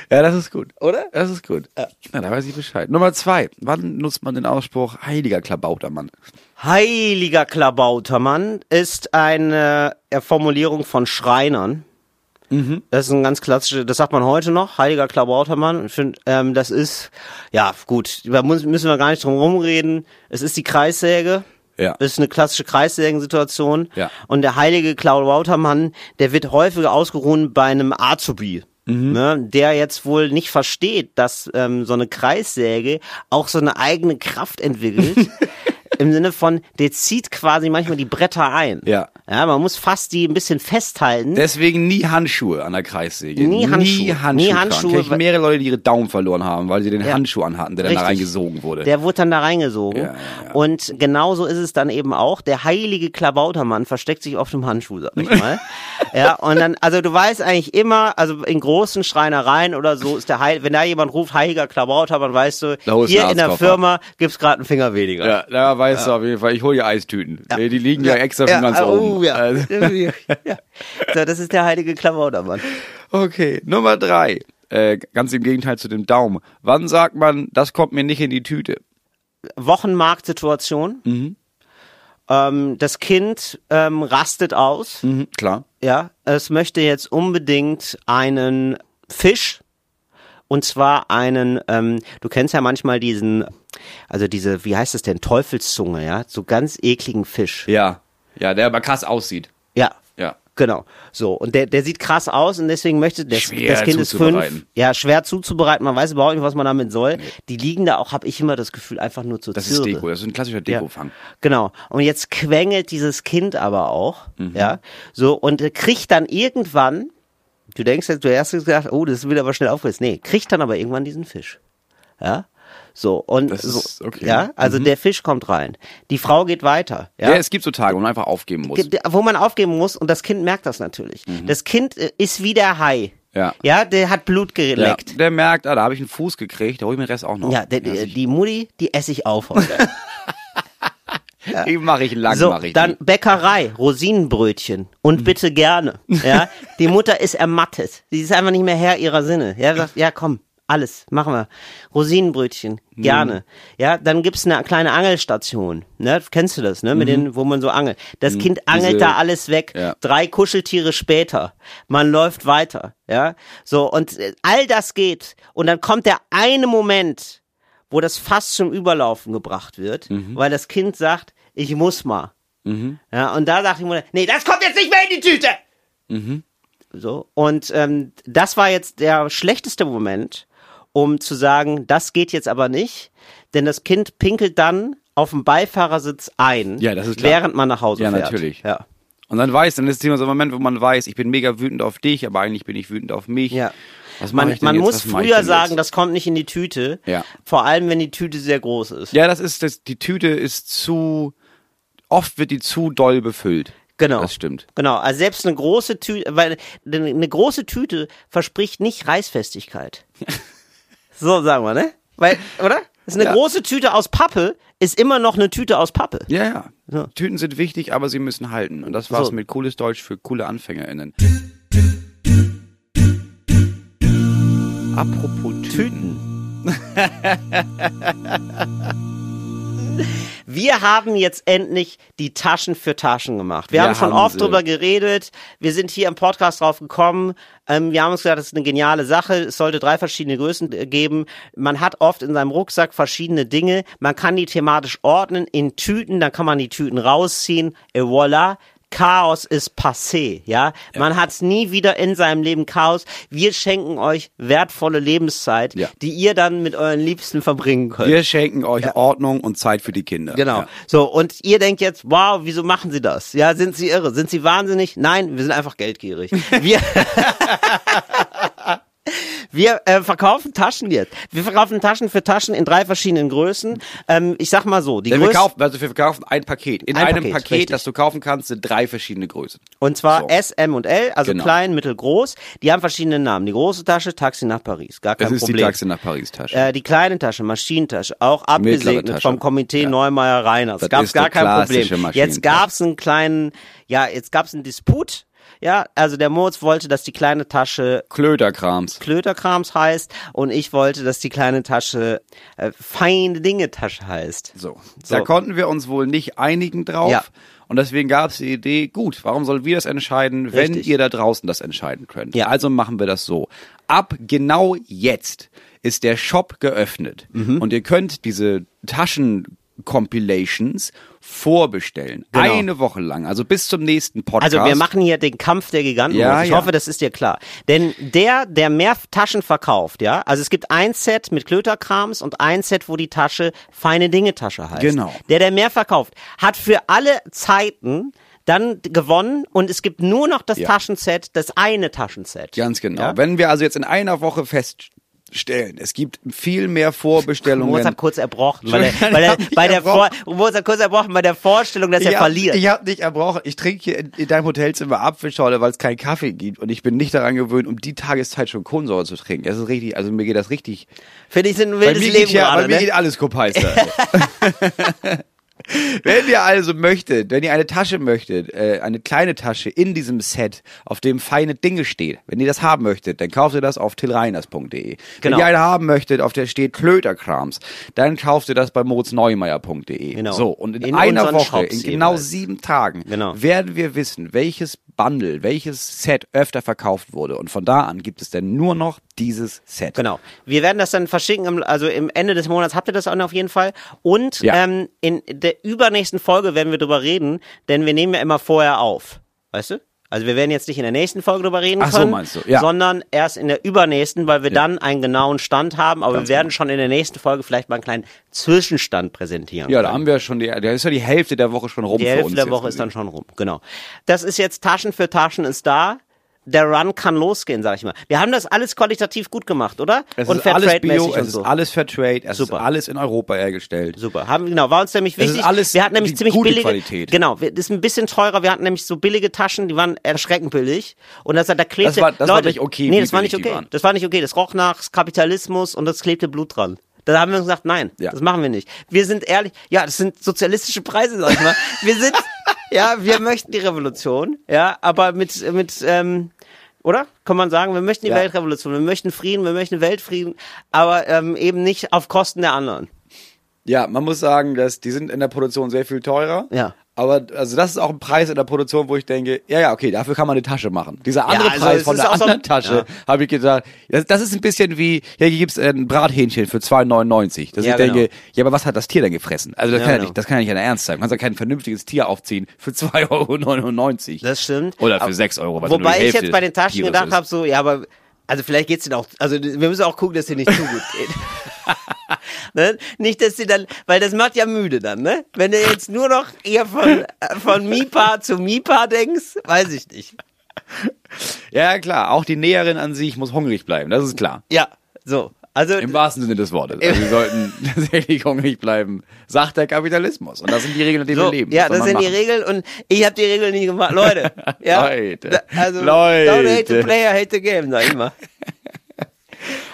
Speaker 2: Ja, das ist gut.
Speaker 1: Oder?
Speaker 2: Das ist gut. Na, da weiß ich Bescheid. Nummer zwei. Wann nutzt man den Ausspruch heiliger Klabautermann?
Speaker 1: Heiliger Klabautermann ist eine Formulierung von Schreinern. Das ist ein ganz klassische, das sagt man heute noch, heiliger Klabautermann. Ich finde, ähm, das ist, ja gut, da muss, müssen wir gar nicht drum rumreden. Es ist die Kreissäge.
Speaker 2: Ja.
Speaker 1: Das ist eine klassische Kreissägensituation.
Speaker 2: Ja.
Speaker 1: Und der heilige Klabautermann, der wird häufiger ausgerufen bei einem Azubi.
Speaker 2: Mhm.
Speaker 1: Ne, der jetzt wohl nicht versteht, dass ähm, so eine Kreissäge auch so eine eigene Kraft entwickelt, im Sinne von, der zieht quasi manchmal die Bretter ein.
Speaker 2: Ja.
Speaker 1: Ja, man muss fast die ein bisschen festhalten.
Speaker 2: Deswegen nie Handschuhe an der Kreissäge.
Speaker 1: Nie Handschuhe.
Speaker 2: Nie Handschuhe.
Speaker 1: Nie
Speaker 2: Nie
Speaker 1: Handschuhe,
Speaker 2: Handschuhe. Ich
Speaker 1: weil-
Speaker 2: mehrere Leute, die ihre Daumen verloren haben, weil sie den
Speaker 1: Ja.
Speaker 2: Handschuh anhatten, der dann da
Speaker 1: Richtig.
Speaker 2: reingesogen wurde.
Speaker 1: Der wurde dann da reingesogen.
Speaker 2: Ja, ja, ja.
Speaker 1: Und genauso ist es dann eben auch. Der heilige Klabautermann versteckt sich auf dem Handschuh, sag ich mal. ja, und dann, also du weißt eigentlich immer, also in großen Schreinereien oder so ist der Heil, wenn da jemand ruft, heiliger Klabautermann, weißt du,
Speaker 2: Da holst du
Speaker 1: hier
Speaker 2: einen
Speaker 1: in der
Speaker 2: Arztkoffer.
Speaker 1: Firma gibt's gerade einen Finger weniger.
Speaker 2: ja, da weißt du auf jeden Fall, ich hole dir Eistüten. Die die liegen ja, extra schon ganz
Speaker 1: ah,
Speaker 2: oben.
Speaker 1: oh, ja.
Speaker 2: Also-
Speaker 1: ja. So, das ist der heilige Klabautermann.
Speaker 2: Okay, Nummer drei. Äh, ganz im Gegenteil zu dem Daumen. Wann sagt man, das kommt mir nicht in die Tüte?
Speaker 1: Wochenmarktsituation.
Speaker 2: Mhm.
Speaker 1: Ähm, das Kind ähm, rastet aus.
Speaker 2: Mhm, klar.
Speaker 1: Ja, es möchte jetzt unbedingt einen Fisch. Und zwar einen, ähm, du kennst ja manchmal diesen, also diese, wie heißt es denn, Teufelszunge, ja? So ganz ekligen Fisch.
Speaker 2: Ja. Ja, der aber krass aussieht.
Speaker 1: Ja.
Speaker 2: Ja.
Speaker 1: Genau. So. Und der, der sieht krass aus und deswegen möchte das,
Speaker 2: Schwer
Speaker 1: das Kind ist fünf.
Speaker 2: zuzubereiten.
Speaker 1: Ja, schwer zuzubereiten. Man weiß überhaupt nicht, was man damit soll. Die liegen da auch, habe ich immer das Gefühl, einfach nur zur
Speaker 2: Das ist
Speaker 1: Zürbe.
Speaker 2: Deko, das ist ein klassischer Dekofang.
Speaker 1: Genau. Und jetzt quengelt dieses Kind aber auch,
Speaker 2: Mhm.
Speaker 1: ja, so und äh, kriegt dann irgendwann, du denkst jetzt, du hast jetzt gedacht, oh, das wird aber schnell aufgerissen. Nee, kriegt dann aber irgendwann diesen Fisch. Ja. So, und
Speaker 2: Das
Speaker 1: so,
Speaker 2: ist okay. Mhm.
Speaker 1: ja, also der Fisch kommt rein. Die Frau geht weiter, ja.
Speaker 2: Ja. es gibt so Tage, wo man einfach aufgeben muss.
Speaker 1: Ge- wo man aufgeben muss und das Kind merkt das natürlich. Das Kind äh, ist wie der Hai.
Speaker 2: Mhm. Ja.
Speaker 1: Ja, der hat Blut
Speaker 2: Ja,
Speaker 1: geleckt.
Speaker 2: der merkt, ah, da habe ich einen Fuß gekriegt, da hole ich mir den Rest auch noch.
Speaker 1: Ja, äh, der, die- die Mutti, die esse ich auf heute.
Speaker 2: Die mache ich lang,
Speaker 1: So,
Speaker 2: mache ich
Speaker 1: dann
Speaker 2: die. Mhm.
Speaker 1: Bäckerei, Rosinenbrötchen und bitte gerne. Ja, die Mutter ist ermattet. Sie ist einfach nicht mehr Herr ihrer Sinne. Ja, sagt, ja, komm, alles, machen wir. Rosinenbrötchen,
Speaker 2: Mhm.
Speaker 1: gerne. Ja, dann gibt's eine kleine Angelstation. Ne, kennst du das, ne, mit den, wo man so angelt. Das Kind angelt
Speaker 2: Mhm. diese-
Speaker 1: da alles weg.
Speaker 2: Ja.
Speaker 1: Drei Kuscheltiere später. Man läuft weiter. Ja, so und äh, all das geht und dann kommt der eine Moment, wo das fast zum Überlaufen gebracht wird,
Speaker 2: Mhm.
Speaker 1: weil das Kind sagt, ich muss mal. Ja, und da sagt die Mutter, nee, das kommt jetzt nicht mehr in die Tüte.
Speaker 2: Mhm.
Speaker 1: So, und ähm, das war jetzt der schlechteste Moment, um zu sagen, das geht jetzt aber nicht, denn das Kind pinkelt dann auf dem Beifahrersitz ein,
Speaker 2: Ja, das ist klar.
Speaker 1: während man nach Hause
Speaker 2: Ja,
Speaker 1: fährt.
Speaker 2: natürlich.
Speaker 1: Ja,
Speaker 2: Und dann weiß, dann ist es immer so ein Moment, wo man weiß, ich bin mega wütend auf dich, aber eigentlich bin ich wütend auf mich.
Speaker 1: ja.
Speaker 2: Was mach
Speaker 1: Man,
Speaker 2: ich denn
Speaker 1: man
Speaker 2: jetzt?
Speaker 1: muss
Speaker 2: Was mach ich
Speaker 1: früher
Speaker 2: denn
Speaker 1: sagen,
Speaker 2: jetzt?
Speaker 1: das kommt nicht in die Tüte.
Speaker 2: Ja.
Speaker 1: Vor allem, wenn die Tüte sehr groß ist.
Speaker 2: Ja, das ist das, die Tüte ist zu oft wird die zu doll befüllt.
Speaker 1: Genau.
Speaker 2: Das stimmt.
Speaker 1: Genau, also selbst eine große Tüte, weil eine eine große Tüte verspricht nicht Reißfestigkeit. so sagen wir, ne? Weil, oder? Ist eine
Speaker 2: Ja.
Speaker 1: große Tüte aus Pappe, ist immer noch eine Tüte aus Pappe.
Speaker 2: Ja, ja.
Speaker 1: So.
Speaker 2: Tüten sind wichtig, aber sie müssen halten. Und das war's
Speaker 1: So.
Speaker 2: mit cooles Deutsch für coole AnfängerInnen. Apropos Tüten.
Speaker 1: Wir haben jetzt endlich die Taschen für Taschen gemacht. Wir
Speaker 2: Ja,
Speaker 1: haben schon
Speaker 2: haben
Speaker 1: oft
Speaker 2: sie.
Speaker 1: drüber geredet. Wir sind hier im Podcast drauf gekommen. Ähm, wir haben uns gesagt, das ist eine geniale Sache. Es sollte drei verschiedene Größen äh, geben. Man hat oft in seinem Rucksack verschiedene Dinge. Man kann die thematisch ordnen in Tüten. Dann kann man die Tüten rausziehen. Et voilà. Chaos ist passé, ja. Man hat nie wieder in seinem Leben Chaos. Wir schenken euch wertvolle Lebenszeit,
Speaker 2: Ja.
Speaker 1: die ihr dann mit euren Liebsten verbringen könnt.
Speaker 2: Wir schenken euch Ordnung und Zeit für die Kinder.
Speaker 1: Genau.
Speaker 2: Ja.
Speaker 1: So, und ihr denkt jetzt, wow, wieso machen sie das? Ja, sind sie irre? Sind sie wahnsinnig? Nein, wir sind einfach geldgierig. Wir, wir äh, verkaufen Taschen jetzt. Wir verkaufen Taschen für Taschen in drei verschiedenen Größen. Ähm, ich sag mal so, die
Speaker 2: Denn wir,
Speaker 1: Größe,
Speaker 2: kaufen, also wir verkaufen ein Paket. In
Speaker 1: Ein
Speaker 2: einem
Speaker 1: Paket,
Speaker 2: Paket,
Speaker 1: richtig.
Speaker 2: das du kaufen kannst, sind drei verschiedene Größen.
Speaker 1: und zwar
Speaker 2: So.
Speaker 1: S, M und L, also
Speaker 2: Genau.
Speaker 1: klein, mittel, groß. Die haben verschiedene Namen. Die große Tasche, Taxi nach Paris, gar kein
Speaker 2: Das ist die
Speaker 1: Problem.
Speaker 2: Taxe nach Paris-Tasche.
Speaker 1: Äh, die kleine Tasche, Maschinentasche, auch abgesegnet
Speaker 2: Tasche.
Speaker 1: vom Komitee
Speaker 2: Ja.
Speaker 1: Neumeier Reiners.
Speaker 2: Das
Speaker 1: gab es
Speaker 2: ist
Speaker 1: gar
Speaker 2: die
Speaker 1: kein
Speaker 2: klassische
Speaker 1: Problem. Jetzt
Speaker 2: Maschinentasche.
Speaker 1: gab es einen kleinen, ja, jetzt gab es einen Disput. Ja, also der Moritz wollte, dass die kleine Tasche
Speaker 2: Klöderkrams.
Speaker 1: Klöterkrams heißt und ich wollte, dass die kleine Tasche äh, feine Dinge Tasche heißt.
Speaker 2: So.
Speaker 1: So.
Speaker 2: da konnten wir uns wohl nicht einigen drauf.
Speaker 1: Ja.
Speaker 2: Und deswegen gab es die Idee, gut, warum sollen wir das entscheiden, wenn
Speaker 1: Richtig.
Speaker 2: ihr da draußen das entscheiden könnt?
Speaker 1: Ja.
Speaker 2: Also machen wir das so. Ab
Speaker 1: Mhm.
Speaker 2: genau jetzt ist der Shop geöffnet und ihr könnt diese Taschen Compilations vorbestellen.
Speaker 1: Genau.
Speaker 2: Eine Woche lang, also bis zum nächsten Podcast.
Speaker 1: Also wir machen hier den Kampf der Giganten.
Speaker 2: Ja,
Speaker 1: ich
Speaker 2: ja.
Speaker 1: hoffe, das ist dir klar. Denn der, der mehr Taschen verkauft, ja, also es gibt ein Set mit Klöterkrams und ein Set, wo die Tasche feine Dinge Tasche heißt.
Speaker 2: Genau.
Speaker 1: Der, der mehr verkauft, hat für alle Zeiten dann gewonnen und es gibt nur noch das
Speaker 2: Ja.
Speaker 1: Taschenset, das eine Taschenset.
Speaker 2: Ganz genau.
Speaker 1: Ja?
Speaker 2: Wenn wir also jetzt in einer Woche feststellen, es gibt viel mehr Vorbestellungen.
Speaker 1: Moritz hat kurz erbrochen, weil er,
Speaker 2: Entschuldigung,
Speaker 1: weil er,
Speaker 2: ich hab
Speaker 1: bei der
Speaker 2: mich
Speaker 1: Vor Moritz hat kurz erbrochen bei der Vorstellung, dass er
Speaker 2: hab-
Speaker 1: verliert.
Speaker 2: Ich hab nicht erbrochen. Ich trinke hier in, in deinem Hotelzimmer Apfelschorle, weil es keinen Kaffee gibt. Und ich bin nicht daran gewöhnt, um die Tageszeit schon Kohlensäure zu trinken. Das ist richtig, also mir geht das richtig.
Speaker 1: Finde ich, sind ein
Speaker 2: Bei
Speaker 1: wildes
Speaker 2: mir,
Speaker 1: Leben
Speaker 2: geht, ja,
Speaker 1: gerade.
Speaker 2: bei mir
Speaker 1: ne?
Speaker 2: geht alles Kopeister. Wenn ihr also möchtet, wenn ihr eine Tasche möchtet, äh, eine kleine Tasche in diesem Set, auf dem feine Dinge steht, wenn ihr das haben möchtet, dann kauft ihr das auf tillreiners.de.
Speaker 1: Genau.
Speaker 2: Wenn ihr eine haben möchtet, auf der steht Klöterkrams, dann kauft ihr das bei moritzneumeier.de.
Speaker 1: Genau.
Speaker 2: So, und in,
Speaker 1: In
Speaker 2: einer
Speaker 1: unseren
Speaker 2: Woche,
Speaker 1: Shops
Speaker 2: in genau
Speaker 1: jeweils.
Speaker 2: sieben Tagen,
Speaker 1: Genau.
Speaker 2: werden wir wissen, welches Bundle, welches Set öfter verkauft wurde. Und von da an gibt es dann nur noch dieses Set.
Speaker 1: Genau. Wir werden das dann verschicken, im, also im Ende des Monats habt ihr das auch auf jeden Fall. Und
Speaker 2: Ja.
Speaker 1: ähm, in der übernächsten Folge werden wir drüber reden, denn wir nehmen ja immer vorher auf. Weißt du? Also wir werden jetzt nicht in der nächsten Folge drüber reden
Speaker 2: Ach so,
Speaker 1: können,
Speaker 2: meinst du, ja.
Speaker 1: sondern erst in der übernächsten, weil wir dann einen genauen Stand haben. Aber wir
Speaker 2: genau.
Speaker 1: werden schon in der nächsten Folge vielleicht mal einen kleinen Zwischenstand präsentieren.
Speaker 2: Ja, da
Speaker 1: können.
Speaker 2: haben wir schon die, da ist ja die Hälfte der Woche schon rum
Speaker 1: Die
Speaker 2: für
Speaker 1: Hälfte
Speaker 2: uns
Speaker 1: der
Speaker 2: jetzt
Speaker 1: Woche ist
Speaker 2: gesehen.
Speaker 1: dann schon rum, genau. Das ist jetzt Taschen für Taschen ist da. Der Run kann losgehen, sag ich mal. Wir haben das alles qualitativ gut gemacht, oder?
Speaker 2: es ist alles Bio, es ist alles Fairtrade, es
Speaker 1: Super.
Speaker 2: ist alles in Europa hergestellt.
Speaker 1: Super. Haben, genau, war uns nämlich
Speaker 2: ist
Speaker 1: wichtig.
Speaker 2: alles
Speaker 1: wir hatten nämlich
Speaker 2: die
Speaker 1: ziemlich
Speaker 2: gute
Speaker 1: billige.
Speaker 2: Qualität.
Speaker 1: Genau, wir, das ist ein bisschen teurer. Wir hatten nämlich so billige Taschen, die waren erschreckend billig. Und das hat da klebte.
Speaker 2: Das war- das
Speaker 1: Leute,
Speaker 2: war nicht okay,
Speaker 1: Nee,
Speaker 2: wie
Speaker 1: das war nicht
Speaker 2: billig die
Speaker 1: okay.
Speaker 2: waren.
Speaker 1: Das war nicht okay. Das roch nach Kapitalismus und das klebte Blut dran. Da haben wir uns gesagt, nein,
Speaker 2: Ja.
Speaker 1: das machen wir nicht. Wir sind ehrlich, ja, das sind sozialistische Preise, sag ich mal. Wir sind, ja, wir möchten die Revolution, ja, aber mit, mit, ähm, oder? Kann man sagen, wir möchten die
Speaker 2: Ja.
Speaker 1: Weltrevolution, wir möchten Frieden, wir möchten Weltfrieden, aber ähm, eben nicht auf Kosten der anderen.
Speaker 2: Ja, man muss sagen, dass die sind in der Produktion sehr viel teurer.
Speaker 1: Ja.
Speaker 2: Aber also das ist auch ein Preis in der Produktion, wo ich denke, ja, ja, okay, dafür kann man eine Tasche machen. Dieser andere
Speaker 1: also es
Speaker 2: Preis von
Speaker 1: ist
Speaker 2: der
Speaker 1: auch so-
Speaker 2: anderen Tasche, habe ich gedacht, das, das ist ein bisschen wie, ja, hier gibt's ein Brathähnchen für 2,99. Dass
Speaker 1: Ja, genau.
Speaker 2: ich denke, ja, aber was hat das Tier denn gefressen? Also das
Speaker 1: Ja,
Speaker 2: kann ja
Speaker 1: genau.
Speaker 2: nicht, das kann ja nicht in Ernst sein. Du kannst ja kein vernünftiges Tier aufziehen für 2,99 Euro.
Speaker 1: Das stimmt.
Speaker 2: Oder
Speaker 1: Aber-
Speaker 2: für 6 Euro. Was nur die
Speaker 1: Wobei ich
Speaker 2: Hälfte
Speaker 1: jetzt bei den
Speaker 2: des
Speaker 1: Taschen
Speaker 2: Tieres
Speaker 1: gedacht
Speaker 2: ist.
Speaker 1: habe, so, ja, aber, also vielleicht geht's denen auch, also wir müssen auch gucken, dass denen nicht zu gut geht. ne? Nicht, dass sie dann, weil das macht ja müde dann, ne? Wenn du jetzt nur noch eher von, äh, von Mipa zu Mipa denkst, weiß ich nicht.
Speaker 2: Ja, klar. Auch die Näherin an sich muss hungrig bleiben. Das ist klar.
Speaker 1: Ja, so. Also,
Speaker 2: Im wahrsten Sinne des Wortes. Also wir sollten tatsächlich hungrig bleiben, sagt der Kapitalismus. Und das sind die Regeln, in denen
Speaker 1: so,
Speaker 2: wir leben.
Speaker 1: ja,
Speaker 2: soll
Speaker 1: das
Speaker 2: man
Speaker 1: sind die
Speaker 2: machen.
Speaker 1: Regeln und ich habe die Regeln nicht gemacht. Leute, ja.
Speaker 2: Leute,
Speaker 1: Da- Also,
Speaker 2: Leute.
Speaker 1: Don't hate the player, hate the game, sag ich mal.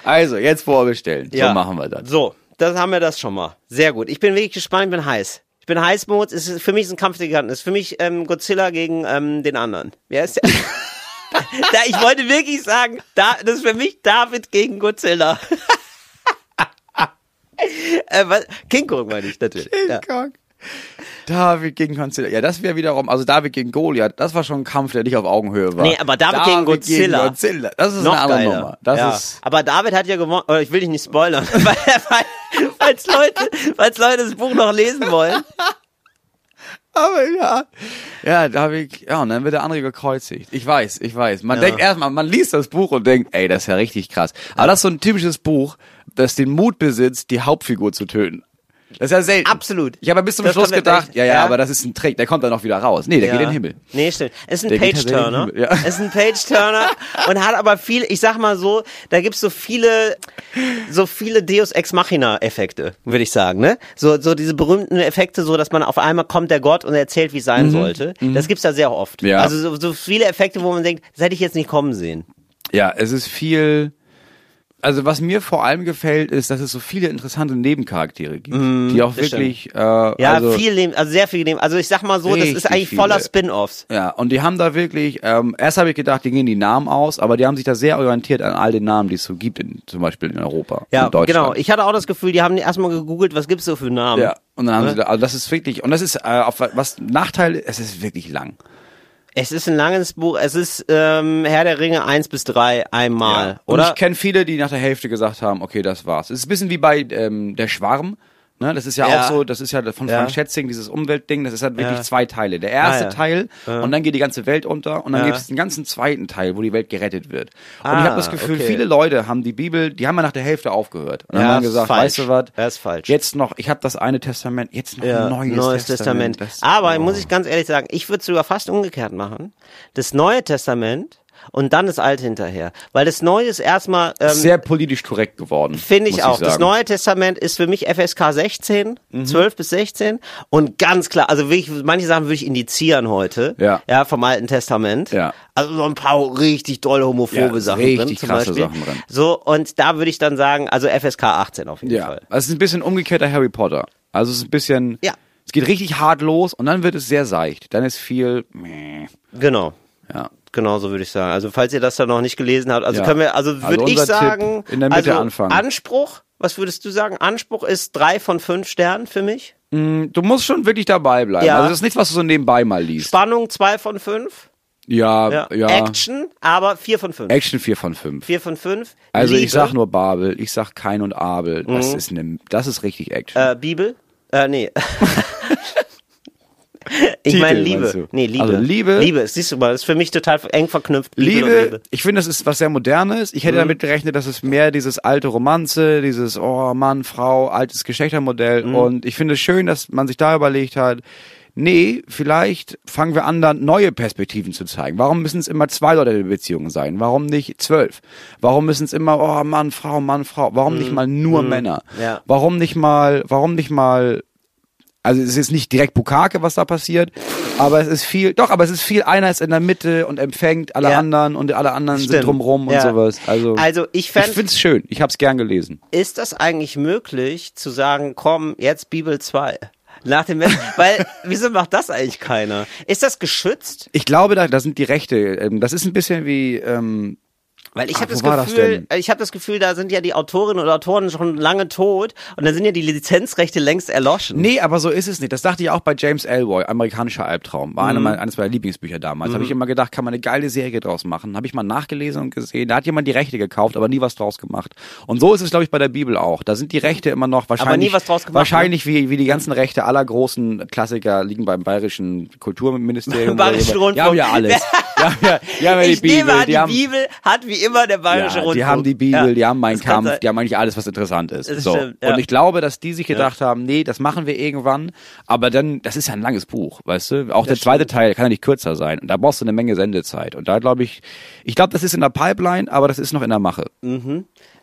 Speaker 2: Also, jetzt vorbestellen.
Speaker 1: Ja.
Speaker 2: So machen wir das.
Speaker 1: So, das haben wir das schon mal. Sehr gut. Ich bin wirklich gespannt, ich bin heiß. Ich bin heiß, Moritz. Es ist für mich ist ein Kampf der Giganten. Es ist für mich ähm, Godzilla gegen ähm, den anderen. Wer ist der? da, ich wollte wirklich sagen, da, das ist für mich David gegen Godzilla. äh, was? King Kong meine ich natürlich. Ja.
Speaker 2: Hickok. David gegen Godzilla. Ja, das wäre wiederum, also David gegen Goliath, das war schon ein Kampf, der nicht auf Augenhöhe war.
Speaker 1: Nee, aber David gegen Godzilla.
Speaker 2: Godzilla. Das ist
Speaker 1: Noch
Speaker 2: eine andere
Speaker 1: geiler.
Speaker 2: Nummer. Das
Speaker 1: ja.
Speaker 2: ist,
Speaker 1: Aber David hat ja gewonnen. Oh, ich will dich nicht spoilern, weil, weil, falls, Leute, falls Leute das Buch noch lesen wollen.
Speaker 2: aber ja. Oh Ja, David, ja, und dann wird der andere gekreuzigt. Ich weiß, ich weiß. Man denkt erstmal, man liest das Buch und denkt, ey, das ist ja richtig krass. Aber das ist so ein typisches Buch, das den Mut besitzt, die Hauptfigur zu töten. Das ist ja selten.
Speaker 1: Absolut.
Speaker 2: Ich habe bis zum
Speaker 1: Das
Speaker 2: Schluss
Speaker 1: kommt ja
Speaker 2: gedacht,
Speaker 1: gleich.
Speaker 2: ja, ja,
Speaker 1: Ja.
Speaker 2: aber das ist ein Trick, der kommt dann auch wieder raus. Nee, der geht in den Himmel.
Speaker 1: Nee, stimmt. Es ist ein
Speaker 2: Der geht tatsächlich in
Speaker 1: Page-Turner.
Speaker 2: den Himmel, ja.
Speaker 1: Es ist ein Page-Turner und hat aber viel, ich sag mal so, da gibt's so viele, so viele Deus Ex Machina-Effekte, würde ich sagen, ne? So, so diese berühmten Effekte, so dass man auf einmal kommt der Gott und erzählt, wie es sein sollte. Das gibt's da sehr oft.
Speaker 2: Mhm. Ja.
Speaker 1: Also so, so viele Effekte, wo man denkt, das hätte ich jetzt nicht kommen sehen.
Speaker 2: Ja, es ist viel. Also was mir vor allem gefällt, ist, dass es so viele interessante Nebencharaktere gibt, die
Speaker 1: Mhm,
Speaker 2: auch
Speaker 1: das
Speaker 2: wirklich. Äh, ja,
Speaker 1: Ja,
Speaker 2: also,
Speaker 1: viel Leben, also sehr viel Leben. Also ich sag mal so, das ist
Speaker 2: Richtig
Speaker 1: eigentlich voller
Speaker 2: viele.
Speaker 1: Spin-Offs.
Speaker 2: Ja, und die haben da wirklich. Ähm, erst habe ich gedacht, die gehen die Namen aus, aber die haben sich da sehr orientiert an all den Namen, die es so gibt, in, zum Beispiel in Europa,
Speaker 1: Ja,
Speaker 2: in Deutschland.
Speaker 1: genau. Ich hatte auch das Gefühl, die haben erstmal gegoogelt, was gibt's so für Namen.
Speaker 2: ja, und dann haben sie da, also das ist wirklich, und das ist äh, auf was Nachteil, es ist wirklich lang.
Speaker 1: Es ist ein langes Buch. Es ist ähm, Herr der Ringe 1 bis 3 einmal,
Speaker 2: Und
Speaker 1: oder?
Speaker 2: ich kenne viele, die nach der Hälfte gesagt haben, okay, das war's. Es ist ein bisschen wie bei ähm, der Schwarm. Ne? Das ist ja,
Speaker 1: Ja.
Speaker 2: auch so, das ist ja von
Speaker 1: Ja.
Speaker 2: Frank Schätzing, dieses Umweltding, das ist halt wirklich
Speaker 1: Ja.
Speaker 2: zwei Teile. Der erste
Speaker 1: Ah, ja.
Speaker 2: Teil und dann geht die ganze Welt unter und dann
Speaker 1: Ja.
Speaker 2: gibt es den ganzen zweiten Teil, wo die Welt gerettet wird. Und ich
Speaker 1: Ah,
Speaker 2: habe das Gefühl,
Speaker 1: okay.
Speaker 2: viele Leute haben die Bibel, die haben ja nach der Hälfte aufgehört. Und dann
Speaker 1: Ja,
Speaker 2: haben
Speaker 1: ist
Speaker 2: gesagt,
Speaker 1: falsch.
Speaker 2: weißt du was,
Speaker 1: Ja, ist falsch.
Speaker 2: jetzt noch, ich habe das eine Testament, jetzt noch
Speaker 1: Ja,
Speaker 2: ein neues, Testament. Das-
Speaker 1: Aber
Speaker 2: oh.
Speaker 1: muss ich ganz ehrlich sagen, ich würde sogar fast umgekehrt machen. Das Neue Testament und dann das Alte hinterher. Weil das Neue ist erstmal, ähm,
Speaker 2: sehr politisch korrekt geworden.
Speaker 1: finde
Speaker 2: muss
Speaker 1: ich auch, das
Speaker 2: sagen. Mhm.
Speaker 1: Neue Testament ist für mich FSK 16, 12 bis 16 und ganz klar, also wirklich, manche Sachen würde ich indizieren heute,
Speaker 2: Ja.
Speaker 1: ja, vom Alten Testament.
Speaker 2: Ja.
Speaker 1: Also so ein paar richtig dolle homophobe
Speaker 2: Ja,
Speaker 1: Sachen
Speaker 2: richtig
Speaker 1: drin, zum
Speaker 2: krasse
Speaker 1: Beispiel.
Speaker 2: Sachen drin.
Speaker 1: So, und da würde ich dann sagen, also FSK 18 auf jeden
Speaker 2: Ja,
Speaker 1: Fall.
Speaker 2: Also es ist ein bisschen umgekehrter Harry Potter. Also es ist ein bisschen,
Speaker 1: Ja.
Speaker 2: es geht richtig hart los und dann wird es sehr seicht. Dann ist viel, meh,
Speaker 1: Genau.
Speaker 2: ja.
Speaker 1: Genau so würde ich sagen. Also falls ihr das dann noch nicht gelesen habt, also
Speaker 2: Ja.
Speaker 1: können wir, also
Speaker 2: Also
Speaker 1: würde ich
Speaker 2: unser Tipp,
Speaker 1: sagen,
Speaker 2: in der Mitte
Speaker 1: also
Speaker 2: anfangen.
Speaker 1: Anspruch, was würdest du sagen? Anspruch ist drei von fünf Sternen für mich.
Speaker 2: Du musst schon wirklich dabei bleiben.
Speaker 1: Ja.
Speaker 2: Also das ist nichts, was du so nebenbei mal liest.
Speaker 1: Spannung zwei von fünf.
Speaker 2: ja,
Speaker 1: Ja.
Speaker 2: ja.
Speaker 1: Action, aber vier von fünf.
Speaker 2: Action 4 von 5.
Speaker 1: Vier von fünf.
Speaker 2: Also
Speaker 1: Liebe, Mhm.
Speaker 2: ich sag nur Babel, ich sag Kain und Abel. Das ist ne, das ist richtig Action.
Speaker 1: äh, Bibel. Äh, nee. ich
Speaker 2: Titel,
Speaker 1: meine Liebe.
Speaker 2: meinst du?
Speaker 1: Nee, Liebe.
Speaker 2: Also Liebe-
Speaker 1: Liebe, siehst du mal, das ist für mich total eng verknüpft. Bibel
Speaker 2: Liebe,
Speaker 1: Und Liebe. Mhm.
Speaker 2: ich finde, das ist was sehr Modernes. Ich hätte damit gerechnet, dass es mehr dieses alte Romanze, dieses Oh Mann, Frau, altes Geschlechtermodell.
Speaker 1: Mhm.
Speaker 2: Und ich finde es schön, dass man sich da überlegt hat, nee, vielleicht fangen wir an, dann neue Perspektiven zu zeigen. Warum müssen es immer zwei Leute in der Beziehung sein? Warum nicht zwölf? Warum müssen es immer Oh Mann, Frau, Mann, Frau? Warum nicht mal nur Männer?
Speaker 1: Mhm. Ja.
Speaker 2: Warum nicht mal, warum nicht mal also es ist jetzt nicht direkt Bukake, was da passiert, aber es ist viel, doch, aber es ist viel, einer ist in der Mitte und empfängt alle
Speaker 1: Ja.
Speaker 2: anderen und alle anderen sind
Speaker 1: Stimmt.
Speaker 2: drumrum und
Speaker 1: Ja.
Speaker 2: sowas. Also,
Speaker 1: Also ich
Speaker 2: ich
Speaker 1: fänd,
Speaker 2: find's schön, ich hab's gern gelesen.
Speaker 1: ist das eigentlich möglich zu sagen, komm, jetzt Bibel 2? Nach dem Westen, weil wieso macht das eigentlich keiner? Ist das geschützt?
Speaker 2: Ich glaube, da, da sind die Rechte, ähm, das ist ein bisschen wie, ähm,
Speaker 1: Weil ich
Speaker 2: Ah,
Speaker 1: habe das
Speaker 2: wo war das
Speaker 1: Gefühl, äh, ich habe das Gefühl, da sind ja die Autorinnen und Autoren schon lange tot und dann sind ja die Lizenzrechte längst erloschen.
Speaker 2: Nee, aber so ist es nicht. Das dachte ich auch bei James Elroy, amerikanischer Albtraum. War einer
Speaker 1: Mhm.
Speaker 2: meiner- eines meiner Lieblingsbücher damals. Habe ich immer gedacht, kann man eine geile Serie draus machen. Habe ich mal nachgelesen und gesehen. Da hat jemand die Rechte gekauft, aber nie was draus gemacht. Und so ist es, glaube ich, bei der Bibel auch. Da sind die Rechte immer noch wahrscheinlich.
Speaker 1: nie was draus gemacht, ne?
Speaker 2: Wahrscheinlich wie, wie die ganzen Rechte aller großen Klassiker liegen beim bayerischen Kulturministerium. oder
Speaker 1: Bayerischen
Speaker 2: so. Die haben ja alles. Die haben ja, die haben ja die
Speaker 1: ich
Speaker 2: Bibel.
Speaker 1: nehme an, die,
Speaker 2: die haben,
Speaker 1: Bibel hat wie immer der bayerische
Speaker 2: ja,
Speaker 1: Rundfunk.
Speaker 2: die haben die Bibel,
Speaker 1: Ja,
Speaker 2: die haben meinen
Speaker 1: das kann
Speaker 2: Kampf,
Speaker 1: sein.
Speaker 2: die haben eigentlich alles, was interessant ist.
Speaker 1: Das
Speaker 2: So.
Speaker 1: stimmt, ja.
Speaker 2: Und ich glaube, dass die sich gedacht haben, nee, das machen wir irgendwann, aber dann, das ist ja ein langes Buch, weißt du? Auch der zweite Teil kann ja nicht kürzer sein. Und da brauchst du eine Menge Sendezeit. Und da glaube ich, ich glaube, das ist in der Pipeline, aber das ist noch in der Mache.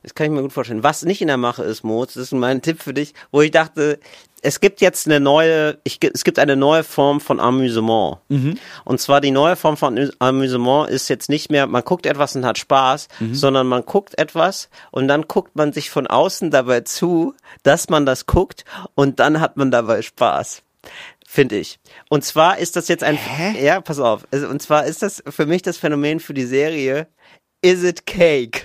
Speaker 1: Das kann ich mir gut vorstellen. Was nicht in der Mache ist, Moritz, das ist mein Tipp für dich, wo ich dachte, es gibt jetzt eine neue, ich, es gibt eine neue Form von Amüsement. Und zwar die neue Form von Amüs- Amüsement ist jetzt nicht mehr, man guckt etwas und hat Spaß, sondern man guckt etwas und dann guckt man sich von außen dabei zu, dass man das guckt und dann hat man dabei Spaß. Finde ich. Und zwar ist das jetzt ein, ja, pass auf. Also, Und zwar ist das für mich das Phänomen für die Serie Is it Cake?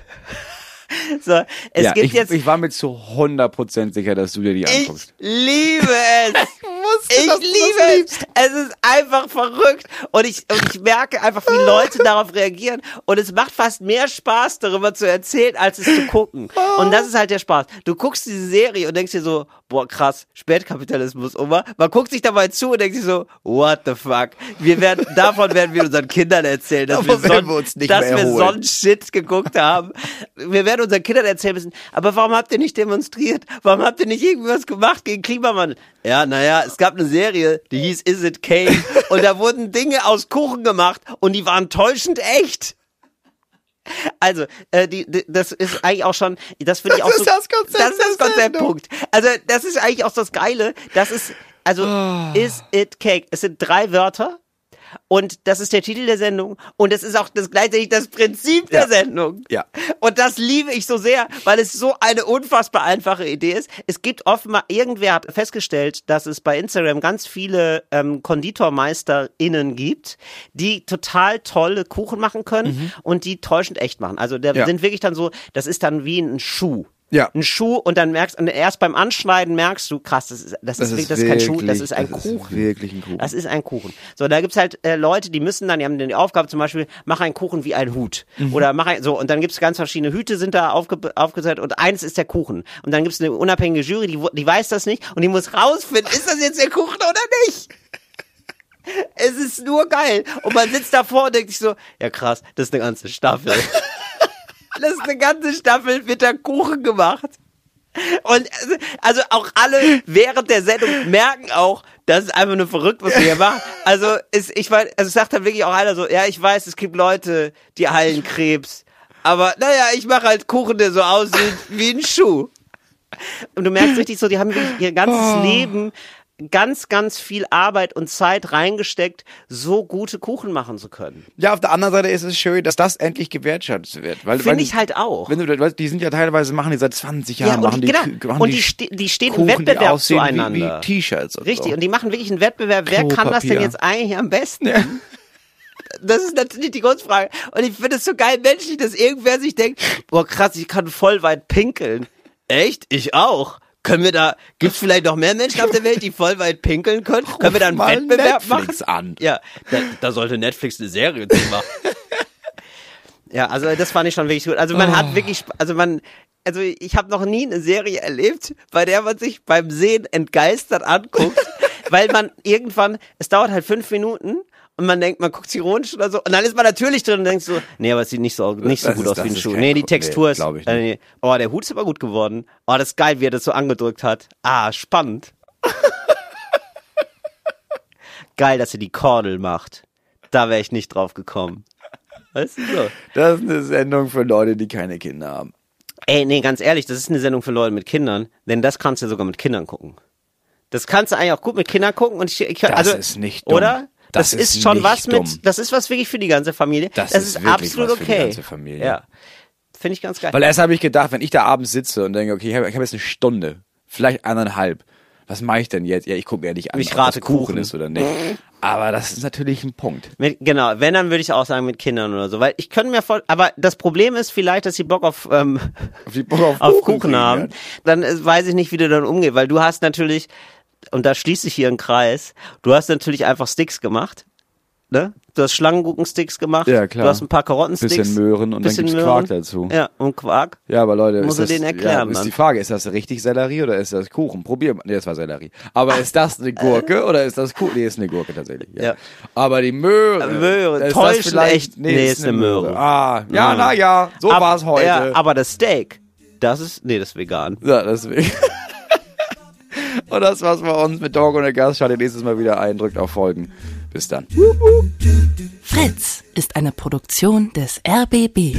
Speaker 1: So, es
Speaker 2: ja,
Speaker 1: gibt
Speaker 2: ich,
Speaker 1: jetzt.
Speaker 2: ich war mir zu 100% sicher, dass du dir die
Speaker 1: ich
Speaker 2: anguckst.
Speaker 1: liebe es.
Speaker 2: wusste,
Speaker 1: ich
Speaker 2: dass du das
Speaker 1: liebe es.
Speaker 2: liebst.
Speaker 1: Es ist einfach verrückt. Und ich, und ich merke einfach, wie Leute darauf reagieren. Und es macht fast mehr Spaß, darüber zu erzählen, als es zu gucken. Und das ist halt der Spaß. Du guckst diese Serie und denkst dir so, boah, krass, Spätkapitalismus, Oma. Man guckt sich dabei zu und denkt sich so, what the fuck. Wir werden, davon werden wir unseren Kindern erzählen, dass wir,
Speaker 2: Davon werden
Speaker 1: son
Speaker 2: wir uns nicht
Speaker 1: dass
Speaker 2: mehr
Speaker 1: wir
Speaker 2: erholen.
Speaker 1: son einen Shit geguckt haben. Wir werden unseren Kindern erzählen müssen, aber warum habt ihr nicht demonstriert? Warum habt ihr nicht irgendwas gemacht gegen Klimawandel? Ja, naja, es gab eine Serie, die hieß Is It Cake? Und da wurden Dinge aus Kuchen gemacht und die waren täuschend echt. Also, äh, die, die, das ist eigentlich auch schon, das finde ich auch
Speaker 2: ist
Speaker 1: so,
Speaker 2: das Konzept
Speaker 1: Das ist das
Speaker 2: der Sendung.
Speaker 1: Konzeptpunkt. Also, das ist eigentlich auch das Geile. Das ist, also,
Speaker 2: Ah.
Speaker 1: is it cake? Es sind drei Wörter. Und das ist der Titel der Sendung. Und es ist auch das gleichzeitig das Prinzip der
Speaker 2: Ja.
Speaker 1: Sendung.
Speaker 2: Ja.
Speaker 1: Und das liebe ich so sehr, weil es so eine unfassbar einfache Idee ist. Es gibt offenbar, irgendwer hat festgestellt, dass es bei Instagram ganz viele ähm, KonditormeisterInnen gibt, die total tolle Kuchen machen können und die täuschend echt machen. Also da
Speaker 2: Mhm. Ja.
Speaker 1: sind wirklich dann so, das ist dann wie ein Schuh.
Speaker 2: Ja.
Speaker 1: Ein Schuh und dann merkst und erst beim Anschneiden merkst du, krass, das ist, das, ist, wirklich- das ist kein Schuh, das ist ein
Speaker 2: das
Speaker 1: Kuchen. Also
Speaker 2: Ist wirklich ein Kuchen.
Speaker 1: Das ist ein Kuchen. So, da gibt's halt äh, Leute, die müssen dann, die haben dann die Aufgabe zum Beispiel, mach einen Kuchen wie ein Hut. Oder mach ein, so, und dann gibt's ganz verschiedene Hüte, sind da aufge, aufgesetzt und eins ist der Kuchen. Und dann gibt's eine unabhängige Jury, die, wo- die weiß das nicht und die muss rausfinden, ist das jetzt der Kuchen oder nicht? Es ist nur geil. Und man sitzt davor und denkt sich so, ja krass, das ist eine ganze Staffel. Das ist eine ganze Staffel bitter Kuchen gemacht. Und also- also auch alle während der Sendung merken auch, das ist einfach nur verrückt, was wir hier machen. Also es, ich weiß, also es sagt dann wirklich auch einer so, ja, ich weiß, es gibt Leute, die heilen Krebs, aber naja, ich mache halt Kuchen, der so aussieht wie ein Schuh. Und du merkst richtig so, die haben wirklich ihr ganzes
Speaker 2: Oh.
Speaker 1: Leben ganz, ganz viel Arbeit und Zeit reingesteckt, so gute Kuchen machen zu können.
Speaker 2: Ja, auf der anderen Seite ist es schön, dass das endlich gewertschätzt wird. Weil, weil,
Speaker 1: Finde ich halt auch.
Speaker 2: Wenn du, weißt, die sind ja teilweise, machen die seit 20 Jahren,
Speaker 1: und
Speaker 2: machen die,
Speaker 1: genau,
Speaker 2: Kü- machen
Speaker 1: und die, ste die stehen
Speaker 2: Kuchen,
Speaker 1: im
Speaker 2: die
Speaker 1: Wettbewerb
Speaker 2: aussehen
Speaker 1: zueinander.
Speaker 2: Wie, wie T-Shirts. und
Speaker 1: Richtig,
Speaker 2: so.
Speaker 1: und die machen wirklich einen Wettbewerb, wer kann das denn
Speaker 2: Klopapier.
Speaker 1: jetzt eigentlich am besten? Das ist natürlich die Grundfrage. Und ich finde es so geil menschlich, dass irgendwer sich denkt, boah krass, ich kann voll weit pinkeln. Echt? Ich auch. Können wir da, gibt's vielleicht noch mehr Menschen auf der Welt, die voll weit pinkeln können? können wir da einen
Speaker 2: mal
Speaker 1: Wettbewerb
Speaker 2: Netflix
Speaker 1: machen?
Speaker 2: an.
Speaker 1: Ja, da, da sollte Netflix eine Serie zu machen. Ja, also das fand ich schon wirklich gut. Also man
Speaker 2: Oh.
Speaker 1: hat wirklich, Sp- also man, also ich habe noch nie eine Serie erlebt, bei der man sich beim Sehen entgeistert anguckt, weil man irgendwann, es dauert halt fünf Minuten und man denkt, man guckt ironisch oder so und dann ist man natürlich drin und denkt so, nee, aber es sieht nicht so nicht so
Speaker 2: Das
Speaker 1: gut
Speaker 2: ist-
Speaker 1: aus
Speaker 2: das
Speaker 1: wie ein
Speaker 2: ist
Speaker 1: Schuh.
Speaker 2: kein
Speaker 1: Nee, die
Speaker 2: Gu-
Speaker 1: Textur
Speaker 2: nee,
Speaker 1: ist,
Speaker 2: glaub ich
Speaker 1: äh, nee. oh, der Hut ist aber gut geworden. Oh, das ist geil, wie er das so angedrückt hat. Ah, spannend. geil, dass er die Kordel macht. Da wäre ich nicht drauf gekommen. Weißt du so?
Speaker 2: Das ist eine Sendung für Leute, die keine Kinder haben.
Speaker 1: Ey, nee, ganz ehrlich, das ist eine Sendung für Leute mit Kindern, denn das kannst du ja sogar mit Kindern gucken. Das kannst du eigentlich auch gut mit Kindern gucken und ich, ich
Speaker 2: Das
Speaker 1: also,
Speaker 2: ist nicht dumm.
Speaker 1: Oder? Das,
Speaker 2: Das
Speaker 1: ist,
Speaker 2: ist
Speaker 1: schon
Speaker 2: nicht
Speaker 1: was
Speaker 2: dumm.
Speaker 1: mit, das ist was wirklich für die ganze Familie.
Speaker 2: Das ist
Speaker 1: ist,
Speaker 2: wirklich
Speaker 1: absolut
Speaker 2: was für die
Speaker 1: okay.
Speaker 2: ganze Familie.
Speaker 1: Ja. Finde ich ganz geil.
Speaker 2: Weil erst habe ich gedacht, wenn ich da abends sitze und denke, okay, ich habe ich hab jetzt eine Stunde, vielleicht anderthalb, was mache ich denn jetzt? Ja, ich gucke mir ja nicht an,
Speaker 1: Ich
Speaker 2: ob
Speaker 1: rate
Speaker 2: das Kuchen,
Speaker 1: Kuchen.
Speaker 2: ist oder nicht. Aber das ist natürlich ein Punkt.
Speaker 1: Mit, genau, wenn, dann würde ich auch sagen mit Kindern oder so, weil ich könnte mir voll, aber das Problem ist vielleicht, dass sie Bock auf, ähm,
Speaker 2: Auf, die, auf,
Speaker 1: auf
Speaker 2: Kuchen
Speaker 1: Kuchen,
Speaker 2: kriegen,
Speaker 1: haben,
Speaker 2: ja.
Speaker 1: dann äh, weiß ich nicht, wie du dann umgehst, weil du hast natürlich, und da schließt sich hier ein Kreis, du hast natürlich einfach Sticks gemacht, ne? Du hast Schlangengurkensticks gemacht,
Speaker 2: Ja, klar.
Speaker 1: du hast ein paar Karottensticks.
Speaker 2: Bisschen Möhren und dann
Speaker 1: bisschen
Speaker 2: gibt's Quark
Speaker 1: Möhren.
Speaker 2: dazu.
Speaker 1: Ja, und Quark.
Speaker 2: Ja, aber Leute,
Speaker 1: Muss
Speaker 2: ist
Speaker 1: er
Speaker 2: das,
Speaker 1: denen erklären,
Speaker 2: ja, ist
Speaker 1: Mann.
Speaker 2: die Frage, ist das richtig Sellerie oder ist das Kuchen? Probier mal. Nee, das war Sellerie. Aber ist das eine Gurke oder ist das Kuchen? Nee, ist eine Gurke tatsächlich. Ja.
Speaker 1: Ah. Äh. Ja. Äh,
Speaker 2: Aber die Möhre.
Speaker 1: Möhre,
Speaker 2: ist das
Speaker 1: täuschen
Speaker 2: vielleicht-
Speaker 1: echt. Nee, ist eine Möhre.
Speaker 2: Ah, ja,
Speaker 1: Mhm.
Speaker 2: na ja, so
Speaker 1: Ab-
Speaker 2: war's heute.
Speaker 1: Ja, aber das Steak, das ist, nee, das ist vegan.
Speaker 2: Ja, deswegen. Und das war's bei uns mit Dog und der Gast. Schaltet nächstes Mal wieder ein, drückt auf Folgen. Bis dann.
Speaker 3: Fritz ist eine Produktion des RBB.